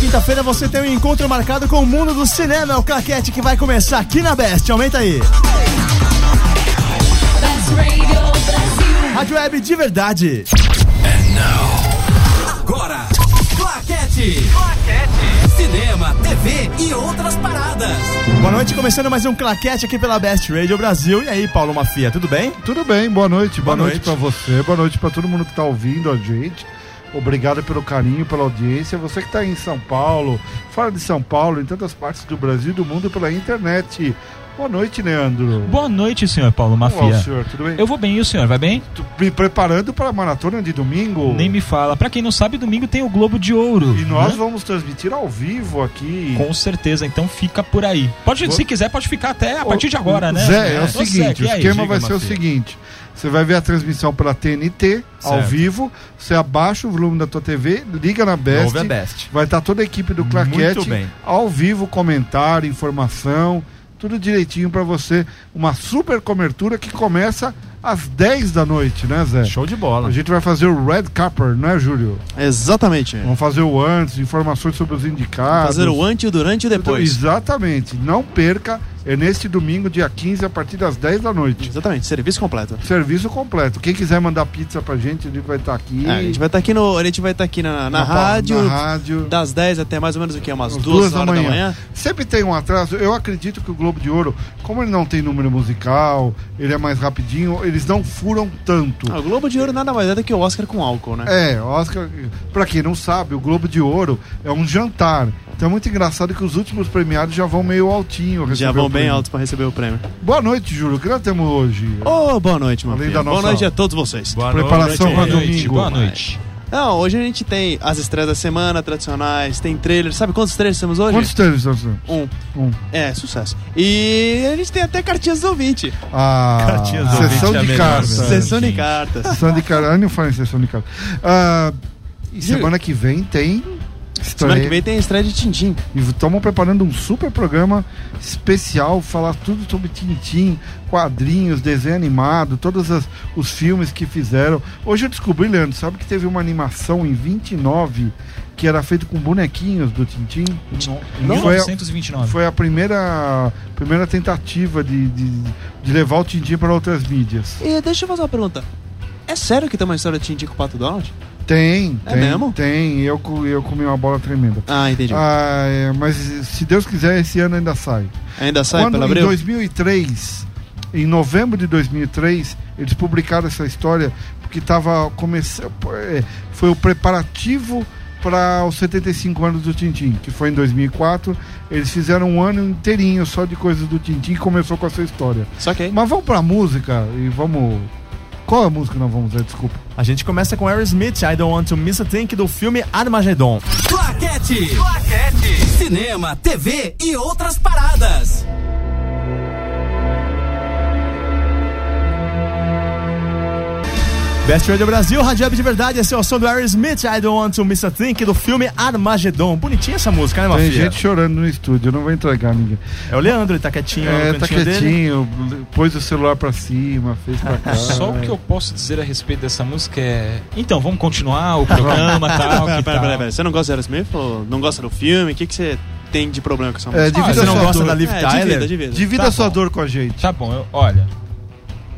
Quinta-feira você tem um encontro marcado com o mundo do cinema. É o Claquete que vai começar aqui na Best. Aumenta aí. Rádio Web de verdade. Agora, Claquete. Cinema, TV e outras paradas. Boa noite, começando mais um Claquete aqui pela Best Radio Brasil. E aí, Paulo Mafia, tudo bem? Tudo bem, boa noite. Boa, Boa noite, noite. pra você, boa noite pra todo mundo que tá ouvindo a gente. Obrigado pelo carinho, pela audiência. Você que tá em São Paulo, fora de São Paulo, em tantas partes do Brasil e do mundo pela internet. Boa noite, Leandro. Boa noite, senhor Paulo Como é o Mafia. senhor, tudo bem? Eu vou bem, e o senhor vai bem? Tô me preparando para a maratona de domingo. Nem me fala. Pra quem não sabe, domingo tem o Globo de Ouro. E nós né? vamos transmitir ao vivo aqui. Com certeza, então fica por aí. Pode, se quiser, pode ficar até a partir de agora, né? Zé, é o Você, seguinte, e o aí? esquema Diga, vai ser o Mafia. seguinte. Você vai ver a transmissão pela TNT, ao Certo. vivo, você abaixa o volume da tua TV, liga na Best, Ouve a Best. vai estar toda a equipe do Muito Claquete, bem. ao vivo, comentário, informação, tudo direitinho pra você, uma super cobertura que começa às 10 da noite, né Zé? Show de A bola. gente vai fazer o Red Capper, né Júlio? Exatamente. Um Vamos fazer o antes, informações sobre os indicados. Fazer o antes, o durante e o depois. Exatamente, não perca, é neste domingo, dia 15, a partir das 10 da noite. Exatamente, serviço completo. Serviço completo. Quem quiser mandar pizza pra gente, a gente vai estar aqui. É, a gente vai estar aqui no. A gente vai estar aqui na, na rádio. Na rádio. Das 10 até mais ou menos o que? Umas às 2 horas da manhã. Sempre tem um atraso. Eu acredito que o Globo de Ouro, como ele não tem número musical, ele é mais rapidinho, eles não furam tanto. Ah, o Globo de Ouro nada mais é do que o Oscar com álcool, né? É, Oscar, pra quem não sabe, o Globo de Ouro é um jantar. Então é muito engraçado que os últimos premiados já vão meio altinho. É, Já receber vão o bem prêmio. altos pra receber o prêmio. Boa noite, Júlio. O que nós temos hoje? Ô, boa noite, meu Além filho. da Boa nossa- noite a todos vocês. Boa Preparação noite. pra Boa noite, domingo. boa noite. Não, hoje a gente tem as estreias da semana tradicionais, tem trailer. Sabe quantos trailers temos hoje? Quantos tênis nós temos? Um. Um. É, sucesso. E a gente tem até cartinhas do ouvinte. Ah, Cartinhas do sessão ouvinte de é cartas. melhor. Sessão de gente. cartas. Sessão de cartas. Ah, não fala em sessão de cartas. Ah, e semana que vem tem. Semana que estreia. vem tem a estreia de Tintim. E estamos preparando um super programa especial, falar tudo sobre Tintim, quadrinhos, desenho animado, todos as- os filmes que fizeram. Hoje eu descobri, Leandro, sabe que teve uma animação em 29 que era feito com bonequinhos do Tintim? Não foi a- 1929. Foi a primeira, primeira tentativa de, de, de levar o Tintim para outras mídias. E deixa eu fazer uma pergunta. É sério que tem uma história de Tintim com o Pato Donald? Tem, É tem, mesmo? tem. Eu, co- eu comi uma bola tremenda. Ah, entendi. Ah, é, mas se Deus quiser, esse ano ainda sai. Ainda sai Quando pela em Abreu? 2003, em novembro de 2003, eles publicaram essa história porque tava começando, foi o preparativo para os 75 anos do Tintim, que foi em 2004. Eles fizeram um ano inteirinho só de coisas do Tintim e começou com essa história. Só que aí. Mas vamos pra música e vamos. Qual é a música nós vamos, Zé? Desculpa. A gente começa com Aerosmith, I Don't Want to Miss a Thing, do filme Armageddon. Claquete. Cinema, TV e outras paradas. Best Radio Brasil, Rádio Web de verdade, esse é o som do Aerosmith, I Don't Want to Miss a Thing, do filme Armageddon. Bonitinha essa música, né, Tem Mafia? gente chorando no estúdio, eu não vou entregar ninguém. É o Leandro, ele tá quietinho lá É, no tá cantinho dele. quietinho, pôs o celular pra cima, fez pra cá. Só o que eu posso dizer a respeito dessa música é. Então, vamos continuar Tá o programa tal. Pera, que pera, tal. pera, pera. Você não gosta de Aerosmith? Ou não gosta do filme? O que, que você tem de problema com essa É, música? Ah, divida você não sua gosta dor. da Liv É, Tyler? divida, divida. Divida Tá sua bom. dor com a gente. Tá bom, eu, olha.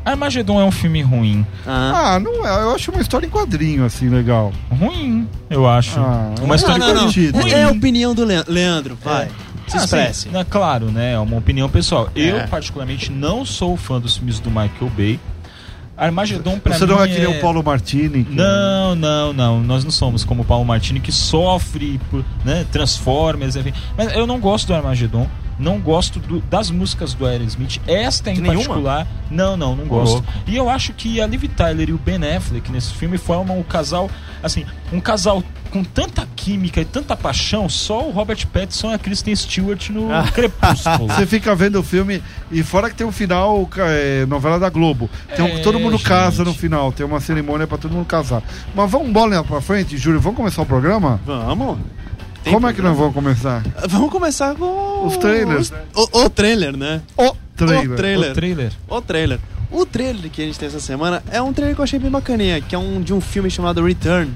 Armagedon é um filme ruim. Ah. Ah, não é. Eu acho uma história em quadrinho, assim, legal. Ruim, eu acho. Ah, uma Não, história não, não. divertida. É a opinião do Leandro. Leandro, vai. Se É. Ah, expresse. sim, né, claro, né? É uma opinião pessoal. É. Eu, particularmente, não sou fã dos filmes do Michael Bay. Armagedon, pra Você mim. não é que nem o Paulo Martini. que- Não, não, não. Nós não somos como o Paulo Martini que sofre, por, né? Transformers, enfim. Mas eu não gosto do Armagedon. Não gosto do- das músicas do Aerosmith. Esta em De nenhuma? particular. Não, não, não gosto. E eu acho que a Liv Tyler e o Ben Affleck nesse filme formam o casal, assim, um casal com tanta química e tanta paixão, só o Robert Pattinson e a Kristen Stewart no Crepúsculo. Você fica vendo o filme e fora que tem um final, ca- é, novela da Globo. Tem um- É, todo mundo casa gente. no final, tem uma cerimônia pra todo mundo casar. Mas vamos bola pra frente, Júlio, vamos começar o programa? Vamos. Tem Como é que problema. nós vamos começar? Vamos começar com. Os trailers, os- né? O, o trailer, né? O O trailer. o trailer. trailer. O trailer. O trailer que a gente tem essa semana é um trailer que eu achei bem bacaninha, que é um de um filme chamado Return.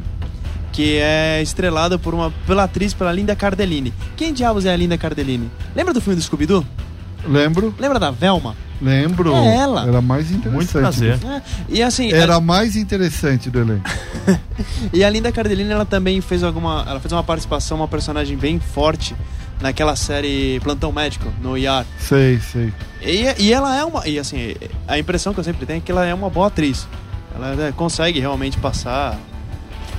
que é estrelada por uma, pela atriz, pela Linda Cardellini. Quem diabos é a Linda Cardellini? Lembra do filme do Scooby-Doo? Lembro, Lembra da Velma? lembro. É ela. Era mais interessante. Muito prazer. É, E assim, Era a mais interessante do elenco. E a Linda Cardellini, ela também fez alguma, ela fez uma participação, uma personagem bem forte naquela série Plantão Médico no IAR. Sei, sei. E, e ela é uma, e assim, a impressão que eu sempre tenho é que ela é uma boa atriz. Ela né, consegue realmente passar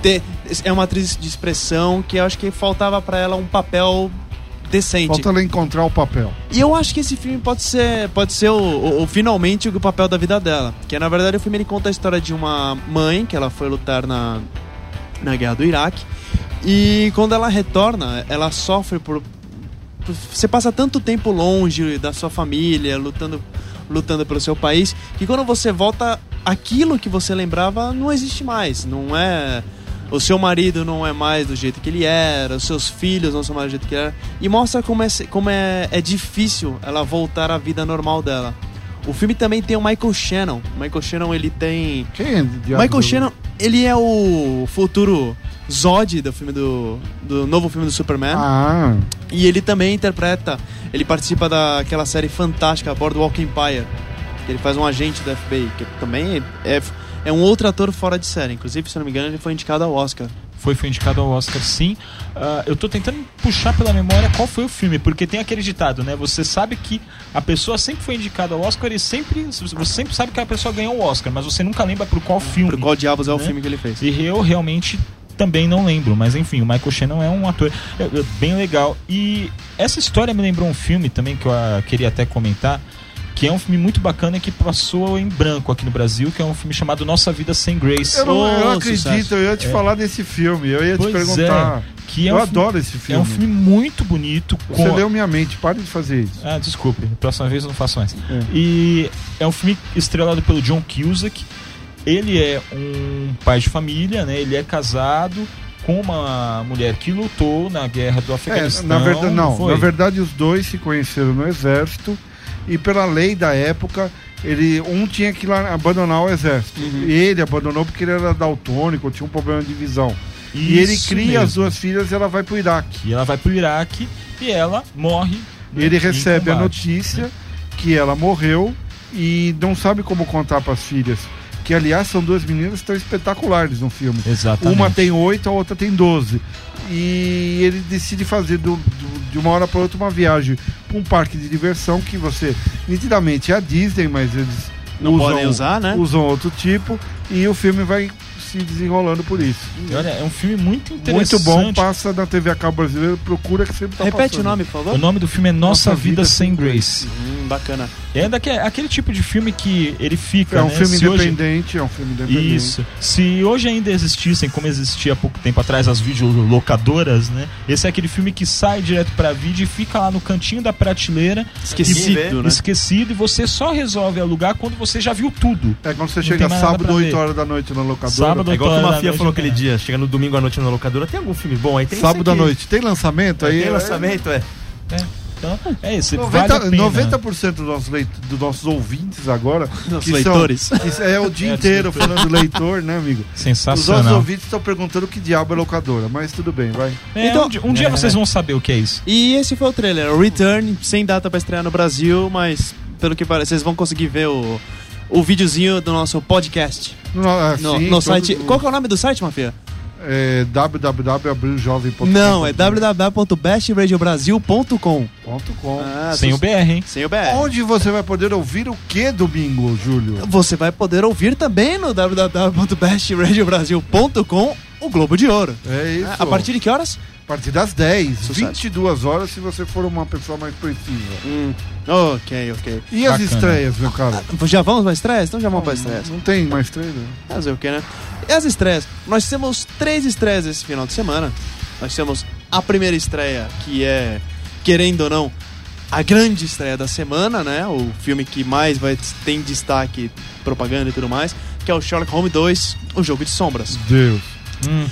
ter- é uma atriz de expressão que eu acho que faltava pra ela um papel decente. Falta ela encontrar o papel. E eu acho que esse filme pode ser, pode ser o, o- o- finalmente o papel da vida dela. Que na verdade o filme ele conta a história de uma mãe que ela foi lutar na, na guerra do Iraque. E quando ela retorna, ela sofre por. por- Você passa tanto tempo longe da sua família, lutando, lutando pelo seu país, que quando você volta, aquilo que você lembrava não existe mais. Não é. O seu marido não é mais do jeito que ele era, os seus filhos não são mais do jeito que ele era. E mostra como é, como é, é difícil ela voltar à vida normal dela. O filme também tem o Michael Shannon. O Michael Shannon ele tem. Quem é de diabo Michael do- Shannon, ele é o futuro Zod do filme do, do novo filme do Superman. Ah, E ele também interpreta, ele participa daquela série fantástica Boardwalk Empire, que ele faz um agente do FBI, que também é, é um outro ator fora de série. Inclusive, se eu não me engano, ele foi indicado ao Oscar. Foi, foi indicado ao Oscar, sim. Ah, eu tô tentando puxar pela memória qual foi o filme, porque tem aquele ditado, né? Você sabe que a pessoa sempre foi indicada ao Oscar e sempre. Você sempre sabe que a pessoa ganhou o Oscar, mas você nunca lembra por qual filme. Por qual diabos é o Né? filme que ele fez? E eu realmente também não lembro, mas enfim, o Michael Shannon é um ator é, é, bem legal. E essa história me lembrou um filme também que eu ah, queria até comentar, que é um filme muito bacana que passou em branco aqui no Brasil, que é um filme chamado Nossa Vida Sem Grace. eu não, eu não Oh, acredito, sucesso. eu ia te falar desse filme, eu ia É. Pois te perguntar. é, que é eu um filme- adoro esse filme. É um filme muito bonito. Você com- leu minha mente, para de fazer isso. Ah, desculpe. Próxima vez eu não faço mais. E é um filme estrelado pelo John Cusack. Ele é um pai de família, né? Ele é casado com uma mulher que lutou na guerra do É, Afeganistão. na verdade, não. Foi. Na verdade, os dois se conheceram no exército e pela lei da época, ele um tinha que ir lá abandonar o exército. Uhum. E ele abandonou porque ele era daltônico, tinha um problema de visão. e ele Isso cria as mesmo. duas filhas e ela vai pro Iraque. E ela vai pro Iraque e ela morre. né, Ele em recebe a combate. notícia que ela morreu e não sabe como contar para as filhas. Que, aliás, são duas meninas que estão espetaculares no filme. Exatamente. Uma tem oito, a outra tem 12. E ele decide fazer do- do- de uma hora para outra uma viagem para um parque de diversão que você nitidamente é a Disney, mas eles Não usam, podem usar, né? usam outro tipo e o filme vai se desenrolando por isso. Olha, é um filme muito Muito interessante. bom, passa na TV a cabo brasileira, procura que sempre tá Repete o passando. nome, por favor. O nome do filme é Nossa, Nossa Vida, Vida Sem Sem Grace. né? Hum, bacana. É daque- aquele tipo de filme que ele fica. É um né, filme se hoje- independente, é um filme Uhum. independente. Isso. Se hoje ainda existissem, como existia há pouco tempo atrás as videolocadoras, né? Esse é aquele filme que sai direto pra vídeo e fica lá no cantinho da prateleira, Esquecido, e- né? esquecido, e você só resolve alugar quando você já viu tudo. É quando você Não chega tem mais nada sábado, pra 8 ver. horas da noite na locadora. Sábado, É igual que o Doutora, Mafia né, falou aquele Juliana? dia, chega no domingo à noite na locadora, tem algum filme bom aí? Tem sábado esse à aqui. noite. Tem lançamento aí? Tem lançamento, é. Então, é isso. É, vale a 90%, pena. 90% dos, nossos leit- dos nossos ouvintes agora. que Nossos são- leitores. que é o dia É, inteiro falando leitor, né, amigo? Tá Os nossos Sensacional. ouvintes estão perguntando que diabo é locadora, mas tudo bem, vai. É, Então- um di- um dia É. vocês vão saber o que é isso. E esse foi o trailer, o Return, sem data pra estrear no Brasil, mas pelo que parece, vocês vão conseguir ver o, o videozinho do nosso podcast No, assim, no, no todo- site. Qual que é o nome do site, Mafia? É, www.abrilhojovem.com. Não, é www.bestradiobrasil.com. Ah, Sem o tu- BR, hein? Sem o BR. Onde você vai poder ouvir o que domingo, Júlio? Você vai poder ouvir também no www.bestradiobrasil.com o Globo de Ouro. É isso. A partir de que horas? a partir das 10, Sucesso. 22 horas, se você for uma pessoa mais precisa. Ok, ok. E as Bacana. estreias, meu caro? Já vamos pra estreias? Então já vamos pra estreias. Não tem mais trailer? Fazer o que, né? E as estreias? Nós temos três estreias esse final de semana. Nós temos a primeira estreia, que é, querendo ou não, a grande estreia da semana, né? O filme que mais vai tem destaque, propaganda e tudo mais, que é o Sherlock Holmes 2, O Jogo de Sombras. Deus. Hum,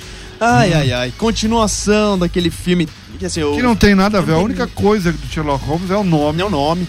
Ai, ai, ai. Continuação daquele filme que, assim, o- Que não tem nada a ver. A única coisa do Sherlock Holmes é o nome. é o nome.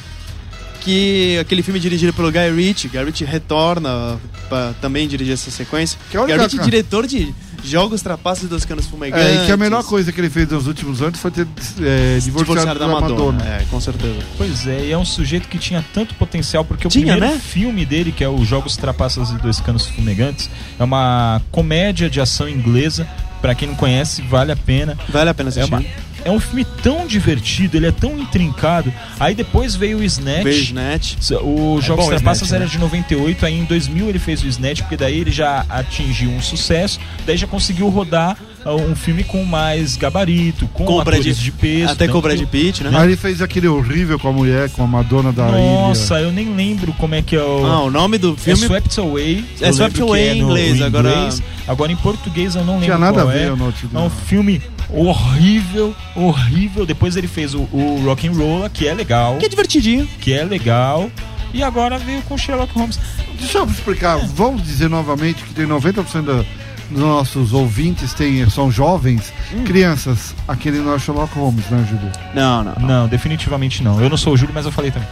Que aquele filme dirigido pelo Guy Ritchie, Guy Ritchie retorna pra também dirigir essa sequência. Que é a Guy única Ritchie, ca- diretor de Joga os trapaços dos canos fumegantes. É, e que a melhor coisa que ele fez nos últimos anos foi ter é, divorciado Divorciado da da Madonna. Madonna. É, com certeza. Pois é, e é um sujeito que tinha tanto potencial, porque o Tinha, primeiro né? filme dele, que é o Jogos Trapaças e Dois Canos Fumegantes, é uma comédia de ação inglesa. Pra quem não conhece, vale a pena. Vale a É, pena assistir. uma- é um filme tão divertido, ele é tão intrincado. Aí depois veio o Snatch. Beijo, net. O Jogos bom o Trapaças Snatch, né? era de 98, aí em 2000 ele fez o Snatch, porque daí ele já atingiu um sucesso, daí já conseguiu rodar ah, um filme com mais gabarito, com Cobra atores de, de- peso. Até tanto cobrar que- de Pitt, né? Aí ele fez aquele horrível com a mulher, com a Madonna da Nossa, eu nem lembro como é que é o... Ah, o nome do É filme. Swept Away. É eu Swept lembro que Away em no- inglês, agora- Agora em português eu não lembro Tinha nada qual a ver, é. eu não tive É um nada. filme horrível, horrível. Depois ele fez o, o Rock and Roll, que é legal, Que é divertidinho. que é legal. E agora veio com Sherlock Holmes. ilha. Deixa eu explicar, vamos dizer novamente que tem 90% da- dos nossos ouvintes tem, são jovens, crianças. Aquele não é Sherlock Holmes, né, Júlio? Não, não. Não, definitivamente não. Eu não sou o Júlio, mas eu falei também.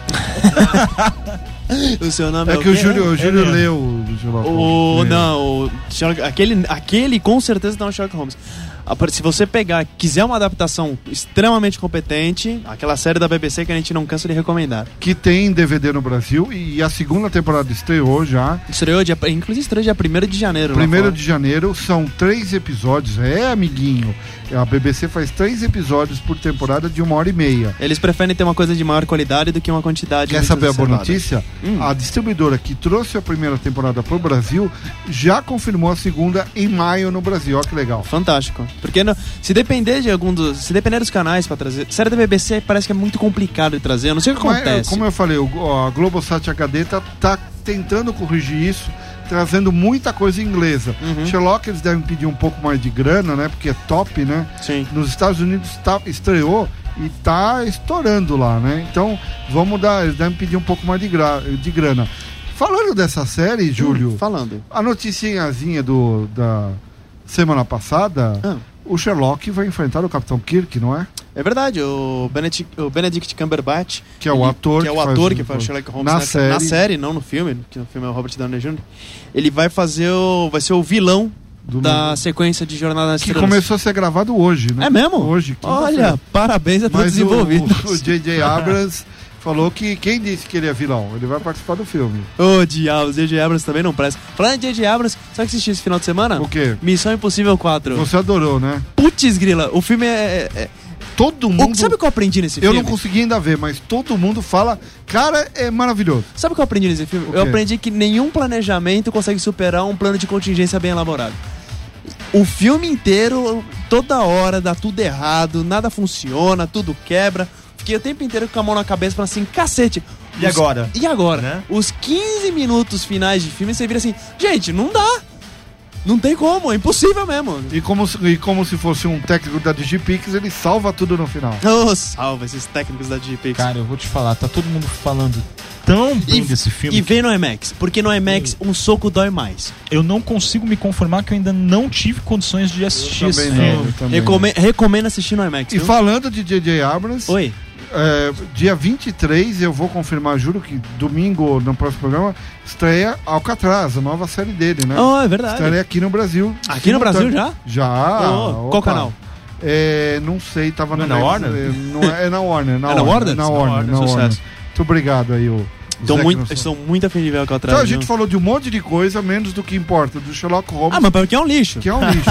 O seu nome É é, que o quê? Júlio, o É Júlio mesmo. leu o Sherlock O, Holmes. não, o Sherlock- aquele, aquele com certeza não é o Sherlock Holmes. A par- Se você pegar, quiser uma adaptação extremamente competente, aquela série da BBC que a gente não cansa de recomendar. Que tem DVD no Brasil e a segunda temporada estreou já. Estreou dia, inclusive estreou dia 1 de janeiro. lá Primeiro fora. de janeiro, são três episódios. É, amiguinho. A BBC faz três episódios por temporada de uma hora e meia. Eles preferem ter uma coisa de maior qualidade do que uma quantidade. Quer muito saber a boa exacerbada. notícia? Hum. A distribuidora que trouxe a primeira temporada pro Brasil já confirmou a segunda em maio no Brasil. Olha que legal. Fantástico. Porque no- se depender de algum dos. Se depender dos canais pra trazer. Série da BBC parece que é muito complicado de trazer. Eu não sei o que Mas, é, acontece. como eu falei, o- a Globosat HD tá, tá tentando corrigir isso, trazendo muita coisa inglesa. Uhum. Sherlock, eles devem pedir um pouco mais de grana, né? Porque é top, né? Sim. nos Estados Unidos tá- estreou e tá estourando lá, né? Então vamos dar, eles devem pedir um pouco mais de, gra- de grana. Falando dessa série, Júlio, Hum, falando. a noticiazinha do, da semana passada, Ah. o Sherlock vai enfrentar o Capitão Kirk, não é? É verdade, o Benedict, o Benedict Cumberbatch, Que é o ator que é o que faz ator o- que faz o Sherlock Holmes né? na na, série. na série, não no filme, que no filme é o Robert Downey Jr. Ele vai fazer o vai ser o vilão Do da sequência de Jornada nas Que Estrelas. começou a ser gravado hoje, né? É mesmo? Hoje. quinta-feira. Olha, parabéns a todos Mas os o- envolvidos. o J.J. Abrams falou que quem disse que ele é vilão? Ele vai participar do filme. Ô, diabos, J.J. Abrams também não presta. Falando em J.J. Abrams, sabe o que assisti esse final de semana? O quê? Missão Impossível 4. Você adorou, né? Putz grila, o filme é... é- é- Todo O- mundo. sabe o que eu aprendi nesse Eu filme? não consegui ainda ver, mas todo mundo fala, cara, é maravilhoso. Sabe o que eu aprendi nesse filme? O Eu quê? aprendi que nenhum planejamento consegue superar um plano de contingência bem elaborado. O filme inteiro, toda hora, dá tudo errado, nada funciona, tudo quebra. Fiquei o tempo inteiro com a mão na cabeça, falando assim, cacete. E os- agora? E agora? Né? Os 15 minutos finais de filme, você vira assim, gente, não dá. Não tem como, é impossível mesmo. E como, se- e como se fosse um técnico da DigiPix, ele salva tudo no final. Oh, salva esses técnicos da DigiPix. Cara, eu vou te falar, tá todo mundo falando tão bem E- desse filme E vem no IMAX, porque no IMAX um soco dói mais. eu não consigo me conformar que eu ainda não tive condições de assistir esse Também filme. não, É. eu também. né? Recome recomendo assistir no IMAX. E viu? falando de J.J. Abrams, Oi. é, dia 23, eu vou confirmar, juro que domingo, no próximo programa, estreia Alcatraz, a nova série dele, né? Oh, é verdade. estreia aqui no Brasil. Aqui no Brasil já? Já. Oh, opa. qual canal? É, não sei, tava Não é no na Netflix, Warner? É, não é, é na Warner. Na É na Warner? Warner? Na Na Warner, Warner, na sucesso. Warner. Muito obrigado aí, o. Estou Zé muito, Knudsen. estou muito afim de ver o que Então atrás. a gente falou de um monte de coisa, menos do que importa, do Sherlock Holmes, Ah, mas porque é um lixo. que é um lixo.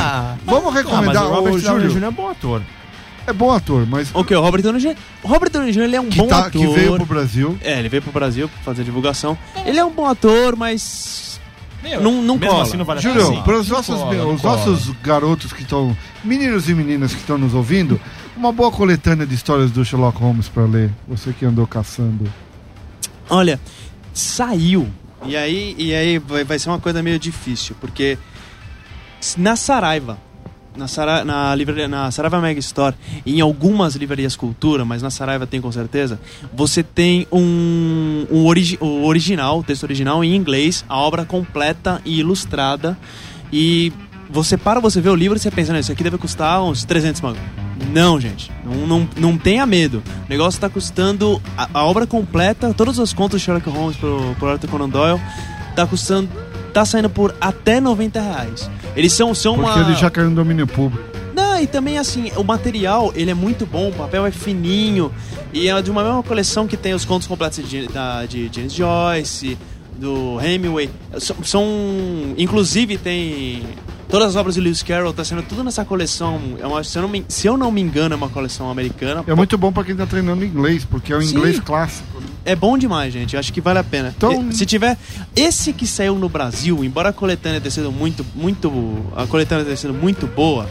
Vamos Ah, mas recomendar o o, Robert Downey Júlio. Jr. é bom ator. É bom ator, mas O que? O Robert Downey Jr. O Robert Downey Jr. ele é um que, bom tá, ator. que veio pro Brasil. É, ele veio pro Brasil pra fazer divulgação. Ele é um bom ator, mas. Meu, Não- não mesmo cola. assim não vale a pena. Júlio, Assim, para os não nossos, cola, não os cola. nossos garotos que estão, meninos e meninas que estão nos ouvindo, uma boa coletânea de histórias do Sherlock Holmes pra ler. Você que andou caçando. Olha, saiu. E aí, e aí vai, vai ser uma coisa meio difícil, porque s- na Saraiva, na, Sara, na, livraria, na Saraiva Mega Store, em algumas livrarias Cultura, mas na Saraiva tem com certeza, você tem um, um origi, o original, o texto original em inglês, a obra completa e ilustrada. E você para, você vê o livro e você pensa, "Não, isso aqui deve custar uns 300 mangá. Não, gente, não, não, não tenha medo. O negócio tá custando a, a obra completa, todas as contas de Sherlock Holmes pro, pro Arthur Conan Doyle, tá custando tá saindo por até 90 reais. Eles são, são Porque uma. ele já caiu no domínio público. Não, e também assim, o material ele é muito bom, o papel é fininho e é de uma mesma coleção que tem os contos completos de, da, de James Joyce, do Hemingway. São, são- inclusive tem todas as obras de Lewis Carroll, tá sendo tudo nessa coleção. É uma, se, eu não me, se eu não me engano, é uma coleção americana. É muito bom pra quem tá treinando inglês, porque é o Sim. inglês clássico. né? É bom demais, gente. Eu acho que vale a pena. Então- E- se tiver esse que saiu no Brasil, embora a coletânea tenha sido muito, muito, a coletânea tenha sido muito boa,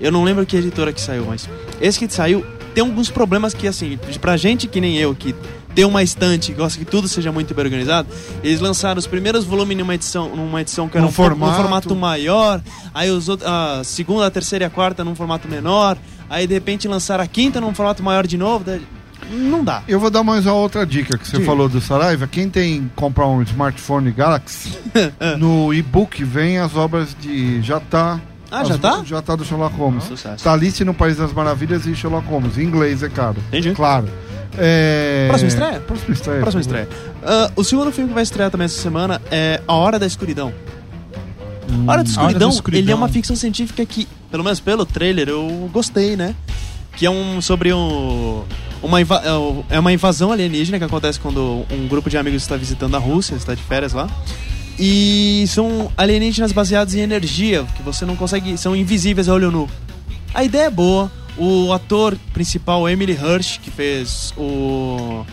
eu não lembro que editora que saiu, mas esse que saiu tem alguns problemas que assim, pra gente que nem eu que tem uma estante e gosta que tudo seja muito bem organizado, eles lançaram os primeiros volumes numa edição, numa edição que era Num um pouco- formato. num formato maior, aí os outros, a segunda, a terceira e a quarta num formato menor, aí de repente lançaram a quinta num formato maior de novo, daí- não dá. Eu vou dar mais uma outra dica que você Diga. falou do Saraiva. Quem tem comprar um smartphone Galaxy, no e-book vem as obras de Já tá. Ah, as- Já Tá? Já tá do Sherlock Holmes. Sucesso. Tá Alice no País das Maravilhas e Sherlock Holmes. Em inglês, é claro. Entendi. Claro. É... Próxima estreia? Próxima estreia. Próxima por favor. estreia. Ah, o segundo filme que vai estrear também essa semana é A Hora da Escuridão. A Hora da A Hora da Escuridão, Escuridão. ele é uma ficção científica que, pelo menos pelo trailer, eu gostei, né? Que é um sobre um. Uma inva- é o- é uma invasão alienígena que acontece quando um grupo de amigos está visitando a Rússia, está de férias lá. E são alienígenas baseados em energia, que você não consegue. são invisíveis a olho nu. A ideia é boa. O ator principal, Emily Hirsch, que fez o.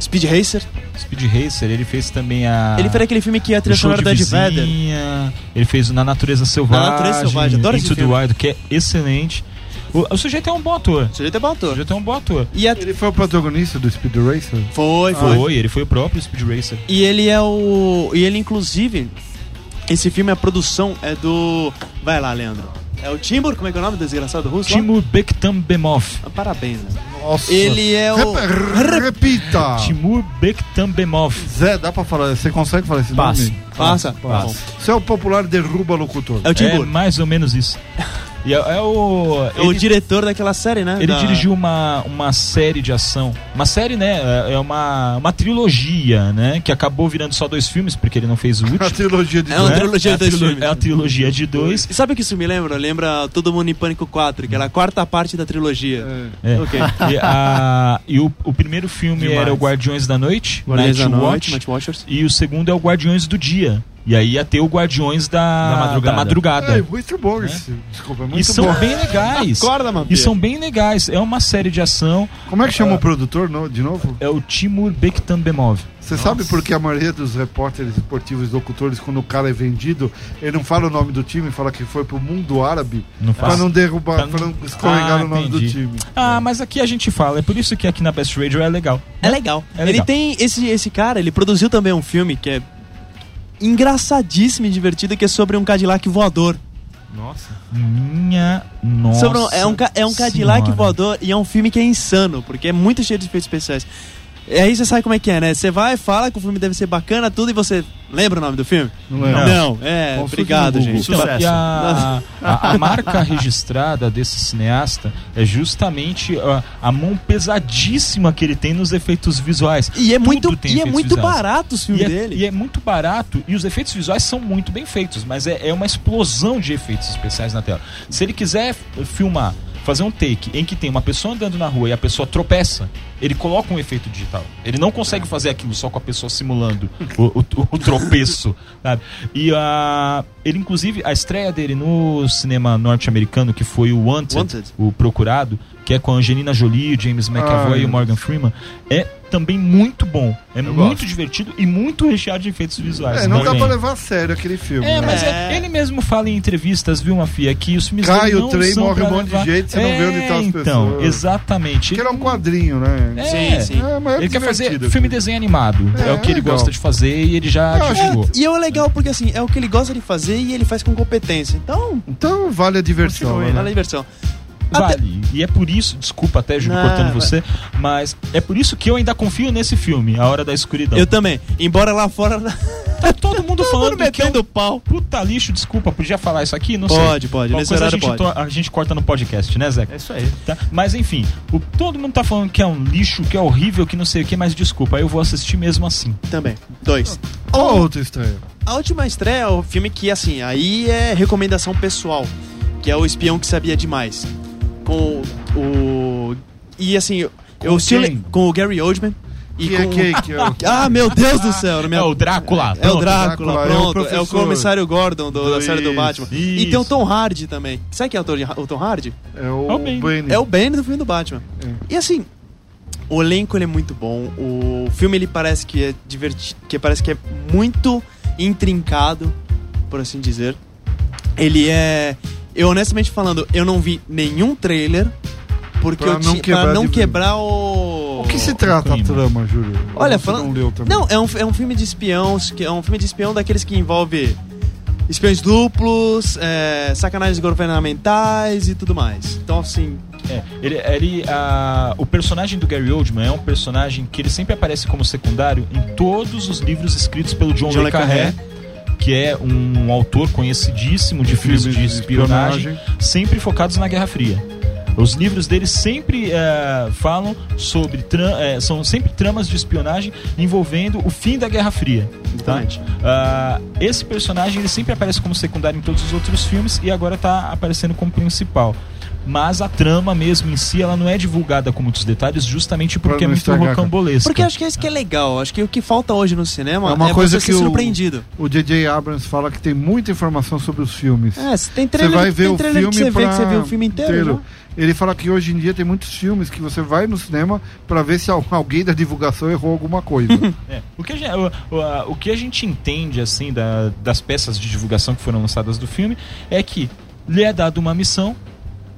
Speed Racer, Speed Racer, ele fez também a. ele fez aquele filme que Ah. a o trilha show sonora de da Ed Vedder. vizinha, ele fez o Na Natureza Selvagem, Na Natureza Selvagem, adoro esse Ah, Into the filme. Wild, que é excelente. O, o sujeito é um bom ator. O sujeito é bom O ator. sujeito é um bom ator. E a... Ele foi o protagonista do Speed Racer? Foi, foi. Foi, ele foi o próprio Speed Racer. E ele é o. E ele, inclusive, esse filme, a produção é do. Vai lá, Leandro. É o Timur, como é que é o nome do desgraçado russo? lá? Timur Bekhtambemov. Ah, Parabéns, né? Nossa. Ele é o. Rep- r- Repita! Timur Bekhtambemov. Zé, dá pra falar? Você consegue falar esse Passe. nome? Passa. Passa. Seu popular derruba locutor. É o É Timur. mais ou menos isso. E é, é o. É o ele- diretor daquela série, né? Ele Da- dirigiu uma, uma série de ação. Uma série, né? é- É uma, uma trilogia, né? Que acabou virando só dois filmes, porque ele não fez o A último. trilogia de É uma né? trilogia é a de dois trilo- filmes. É a trilogia de dois. E sabe o que isso me lembra? Lembra Todo Mundo em Pânico 4, que era a quarta parte da trilogia. É. É. Ok. E, a- e o, o primeiro filme Demais. era o Guardiões da Noite, Guardiões da Night Noite, Watch, Night Watchers. e o segundo é o Guardiões do Dia. E aí ia ter o Guardiões da, Da madrugada. da madrugada. É, muito bom esse. Desculpa, é e muito são bom. bem legais. Acorda, mano. E são bem legais. É uma série de ação. Como é que chama o produtor no- de novo? É o Timur Bekhtambemov. Você sabe por que a maioria dos repórteres esportivos, locutores, quando o cara é vendido, ele não fala o nome do time, fala que foi pro mundo árabe, Não pra faz. não derrubar, Pra não- pra não escorregar Ah, o nome do entendi. time. Ah, mas aqui a gente fala. É por isso que aqui na Best Radio é legal. É legal. É legal. Ele tem. Esse, esse cara, ele produziu também um filme que é engraçadíssimo e divertido, que é sobre um Cadillac voador. Nossa. Minha nossa. Sobre um- é um, ca- é um Cadillac Senhora. voador e é um filme que é insano, porque é muito cheio de efeitos especiais. E aí você sabe como é que é, né? Você vai, fala que o filme deve ser bacana, tudo, e você. Lembra o nome do filme? Não é? Não, é, Bom, obrigado, surge no gente. Então, Sucesso. e a, a- a marca registrada desse cineasta é justamente ó, a mão pesadíssima que ele tem nos efeitos visuais. E é Tudo muito, tem e é efeitos muito visuais. barato os E filmes é, dele. e é muito barato e os efeitos visuais são muito bem feitos, mas é, é uma explosão de efeitos especiais na tela. Se ele quiser f- filmar, fazer um take em que tem uma pessoa andando na rua e a pessoa tropeça, ele coloca um efeito digital. Ele não É. consegue fazer aquilo só com a pessoa simulando o, o- o- o tropeço, sabe? E a ele inclusive a estreia dele no cinema norte-americano que foi o Wanted, Wanted. o Procurado, que é com a Angelina Jolie, o James McAvoy Ah, e o Morgan Freeman, é também muito bom. É muito gosto. divertido e muito recheado de efeitos visuais. É, não dá também. pra levar a sério aquele filme. É, né? mas é- É. ele mesmo fala em entrevistas, viu, Mafia, que os filmes Cai dele o não trem, são morre pra um monte de levar- gente, você não vê onde tá as então, pessoas. exatamente. Porque era um quadrinho, né? É, Sim, sim. É, mas é ele quer fazer divertido. filme desenho animado. É, É, o que ele legal. gosta de fazer e ele já Eu acho divulgou. E é o legal porque assim, é o que ele gosta de fazer e ele faz com competência. Então, Então vale a diversão. Continue, né? Olha a diversão. Vale. Até- E é por isso, desculpa até, Júlio, Não, cortando vai. você, mas é por isso que eu ainda confio nesse filme, A Hora da Escuridão. Eu também. Embora lá fora. Tá todo mundo Todo falando mundo que é um metendo pau. puta lixo, desculpa, podia falar isso aqui? Não Pode, sei. pode, Qualquer nesse coisa a horário gente pode. to- a gente corta no podcast, né, Zeca? É isso aí. tá? Mas enfim, o- todo mundo tá falando que é um lixo, que é horrível, que não sei o que, mas desculpa, eu vou assistir mesmo assim. Também. Dois. Outra estreia. A última estreia é o filme que, assim, aí é recomendação pessoal, que é o Espião que Sabia Demais. Com o. o- E assim, eu se quem? le- com o Gary Oldman. E Que com... é que, que é o- Ah, meu Deus do céu! não me- Drácula. É o pronto. Drácula, é Drácula, o pronto. É o, professor. comissário Gordon do- da série do Isso, Batman. E tem o Tom Hardy também. Sabe quem é o Tom- o Tom Hardy? é o, É o Bane. Bane. É o Bane do filme do Batman. É. E assim, o elenco ele é muito bom. O filme ele parece que é divertido, que parece que é muito intrincado, por assim dizer. Ele é, eu honestamente falando, eu não vi nenhum trailer porque Pra eu não ti- pra quebrar não de- quebrar o O que se trata a clima. trama, Júlio? Olha, Você falando- Não leu também. não, é um, é um filme de espião, que é um filme de espião daqueles que envolve espiões duplos, é, sacanagens governamentais e tudo mais. Então assim, É, ele, ele, ah, o personagem do Gary Oldman é um personagem que ele sempre aparece como secundário em todos os livros escritos pelo John, John Le Le Carré. Carré, que é um autor conhecidíssimo de filmes de espionagem, sempre focados na Guerra Fria. Os livros dele sempre eh, falam sobre tra- eh, são sempre tramas de espionagem envolvendo o fim da Guerra Fria. Tá? Exatamente. Ah, esse personagem ele sempre aparece como secundário em todos os outros filmes e agora está aparecendo como principal. Mas a trama mesmo em si ela não é divulgada com muitos detalhes justamente Pra porque é não muito estragar, cara. rocambolesco. Porque acho que é isso que é legal. Acho que o que falta hoje no cinema é, É uma coisa você que ser o- surpreendido. O J.J. Abrams fala que tem muita informação sobre os filmes. É, se tem Você trailer, vai ver tem o trailer filme que você vê pra- que você viu o filme inteiro. né? Ele fala que hoje em dia tem muitos filmes que você vai no cinema pra ver se al- alguém da divulgação errou alguma coisa. É, O, que a gente, o, o- a- o que a gente entende assim da- das peças de divulgação que foram lançadas do filme é que lhe é dado uma missão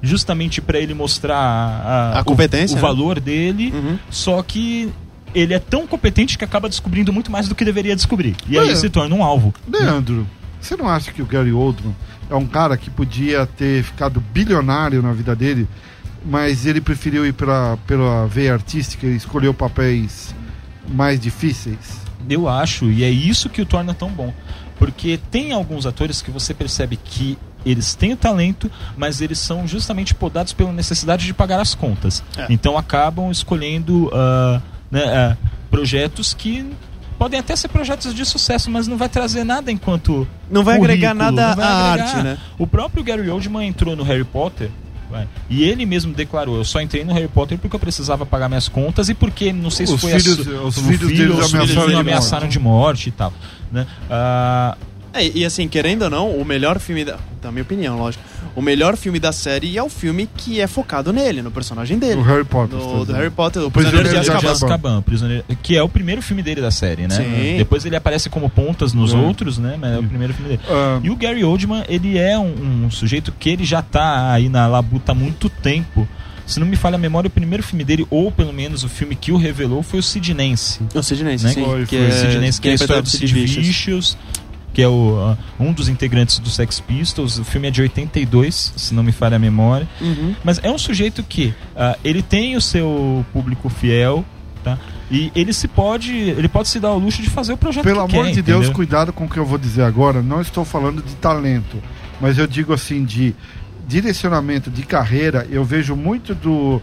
justamente para ele mostrar a, A competência, o, o né? valor dele, Uhum. só que ele é tão competente que acaba descobrindo muito mais do que deveria descobrir. E aí É. se torna um alvo. Leandro, você não acha que o Gary Oldman é um cara que podia ter ficado bilionário na vida dele, mas ele preferiu ir pra, pela veia artística e escolheu papéis mais difíceis? Eu acho, e é isso que o torna tão bom. Porque tem alguns atores que você percebe que eles têm o talento, mas eles são justamente podados pela necessidade de pagar as contas. É. Então acabam escolhendo ah, né, ah, projetos que podem até ser projetos de sucesso, mas não vai trazer nada enquanto Não vai agregar currículo, não nada vai à agregar. arte, né? O próprio Gary Oldman entrou no Harry Potter vai, e ele mesmo declarou: Eu só entrei no Harry Potter porque eu precisava pagar minhas contas e porque não sei se Os foi filhos- a su- os o filhos filho, deles os filhos ameaçaram dele de ameaçaram de morte e tal. Né? Ah, É, e assim, querendo ou não, o melhor filme da. Na minha opinião, lógico. O melhor filme da série é o filme que é focado nele, no personagem Do dele. Harry Potter. tá Do, do dizendo. Harry Potter, o Prisioneiro Prisioneiro de de Azkaban. Azkaban. Azkaban, Prisioneiro- que é o primeiro filme dele da série, né? Sim. Depois ele aparece como pontas nos Uhum. outros, né? Mas é o primeiro filme dele. Ah, E o Gary Oldman, ele é um, um sujeito que ele já tá aí na labuta há muito tempo. Se não me falha a memória, o primeiro filme dele, ou pelo menos o filme que o revelou, foi o Sidnense. O Sidney, Né? sim. Foi, que foi. é, Sidnense, que é a história do interpretado Sid por Sid Vicious. Vicious, que é o, ah, um dos integrantes do Sex Pistols. O filme é de 82, se não me falha a memória. Uhum. Mas é um sujeito que ah, ele tem o seu público fiel, tá? E ele se pode, ele pode se dar ao luxo de fazer o projeto Pelo que amor quer, de Deus, entendeu? cuidado com o que eu vou dizer agora. Não estou falando de talento, mas eu digo assim de direcionamento de carreira. Eu vejo muito do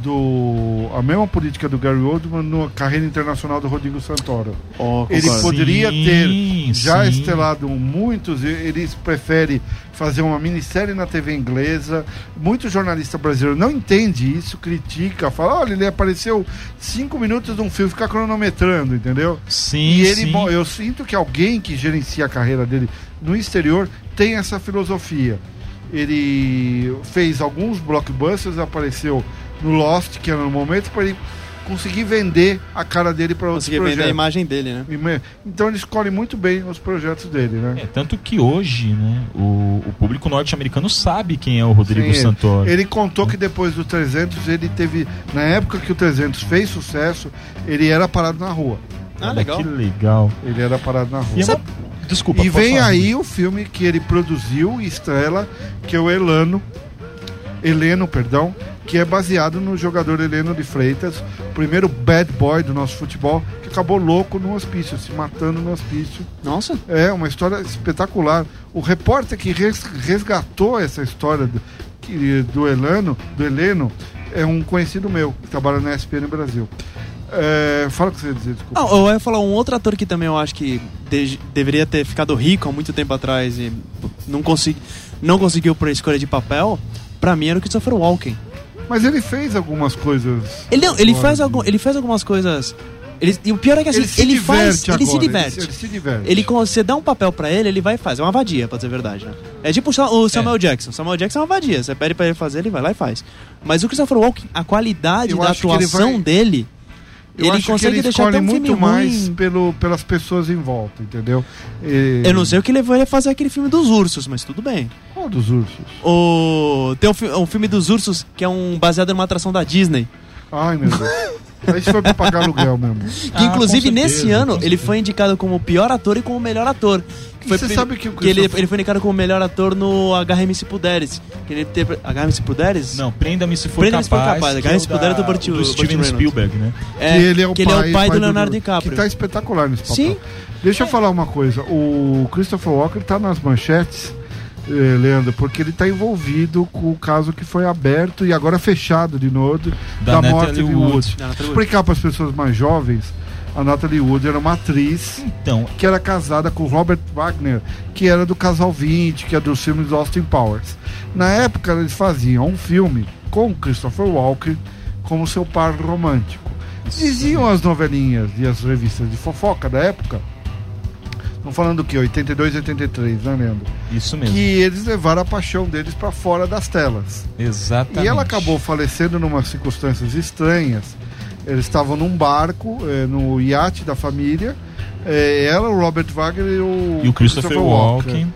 do a mesma política do Gary Oldman na carreira internacional do Rodrigo Santoro. Ó, Ele concordo. poderia Sim, ter já sim. estelado muitos, e eles preferem fazer uma minissérie na TV inglesa. Muito jornalista brasileiro não entende isso, critica, fala: olha, ele apareceu cinco minutos de um filme, fica cronometrando, entendeu? Sim, E ele, sim. bom, eu sinto que alguém que gerencia a carreira dele no exterior tem essa filosofia. Ele fez alguns blockbusters, apareceu no Lost, que era no momento, para ele conseguir vender a cara dele para outros Consegui vender a projetos. imagem dele, né? Ima- Então ele escolhe muito bem os projetos dele, né? É, tanto que hoje, né, o, o público norte-americano sabe quem é o Rodrigo Sim, Santoro. Ele contou que depois do 300, ele teve. Na época que o 300 fez sucesso, ele era parado na rua. Ah, Olha legal. Que legal. Ele era parado na rua. E, é uma- Desculpa. E pode vem falar. aí o filme que ele produziu e estrela, que é o Elano, Heleno, perdão, que é baseado no jogador Heleno de Freitas, primeiro bad boy do nosso futebol, que acabou louco no hospício, se matando no hospício. Nossa, É uma história espetacular. O repórter que res- resgatou essa história do, que- do Heleno, do Heleno é um conhecido meu, que trabalha na SPN Brasil. É, fala o que você ia dizer, desculpa. Ah, eu ia falar um outro ator que também eu acho que de- deveria ter ficado rico há muito tempo atrás e não, consegui, não conseguiu por escolha de papel, pra mim era o Christopher Walken. Mas ele fez algumas coisas. Ah. Ele, não, ele, fora faz, de- algum, ele faz algumas coisas. Ele, e o pior é que assim, Ele se ele, diverte faz. agora, Ele se diverte. Ele, Ele, se diverte. con- você dá um papel pra ele, ele vai e faz. É uma vadia, pra dizer a verdade, né? É tipo o Sa- o Samuel Jackson. Samuel Jackson é uma vadia. Você pede pra ele fazer, ele vai lá e faz. Mas o Christopher Walken, a qualidade Eu da acho que ele atuação vai- dele, Eu ele acho que consegue ele deixar até escolhe um filme muito mais ruim. pelo, pelas pessoas em volta, entendeu? E- Eu não sei o que levou ele a fazer aquele filme dos ursos, mas tudo bem. Qual dos ursos? O... Tem um, fi- um filme dos ursos que é um baseado numa atração da Disney. Ai, meu Deus. Isso foi pra pagar aluguel mesmo. Que, Ah, inclusive, com certeza, nesse ano, com ele foi indicado como o pior ator e como o melhor ator. Que você pri- sabe que o ele, Christopher- ele foi indicado como o melhor ator no Agarre-me Se Puderes. Que ele interpre... Agarre-me Se Puderes? Não, prenda-me se for Prenda-me capaz. se for capaz, que cara, é o se puder, eu tô da- Burt- do Burt Steven Reynolds. Spielberg, né? É, que ele é o que pai, pai do Leonardo DiCaprio. Que tá espetacular nesse papel. Sim. É. Deixa eu falar uma coisa. O Christopher Walker tá nas manchetes, eh, Leandro, porque ele tá envolvido com o caso que foi aberto e agora fechado de novo da, Da morte de Natalie Wood. Wood. Da Natalie Wood. Explicar para as pessoas mais jovens, a Natalie Wood era uma atriz Então, que era casada com o Robert Wagner, que era do Casal 20, que é dos filmes do Austin Powers. Na época, eles faziam um filme com o Christopher Walken como seu par romântico. Diziam as novelinhas e as revistas de fofoca da época. Estão falando do que? 82, 83, né, Leandro? isso mesmo. Que eles levaram a paixão deles para fora das telas. Exatamente. E ela acabou falecendo numas circunstâncias estranhas. Eles estavam num barco, eh, no iate da família. Eh, ela, o Robert Wagner e o, E o Christopher Walken.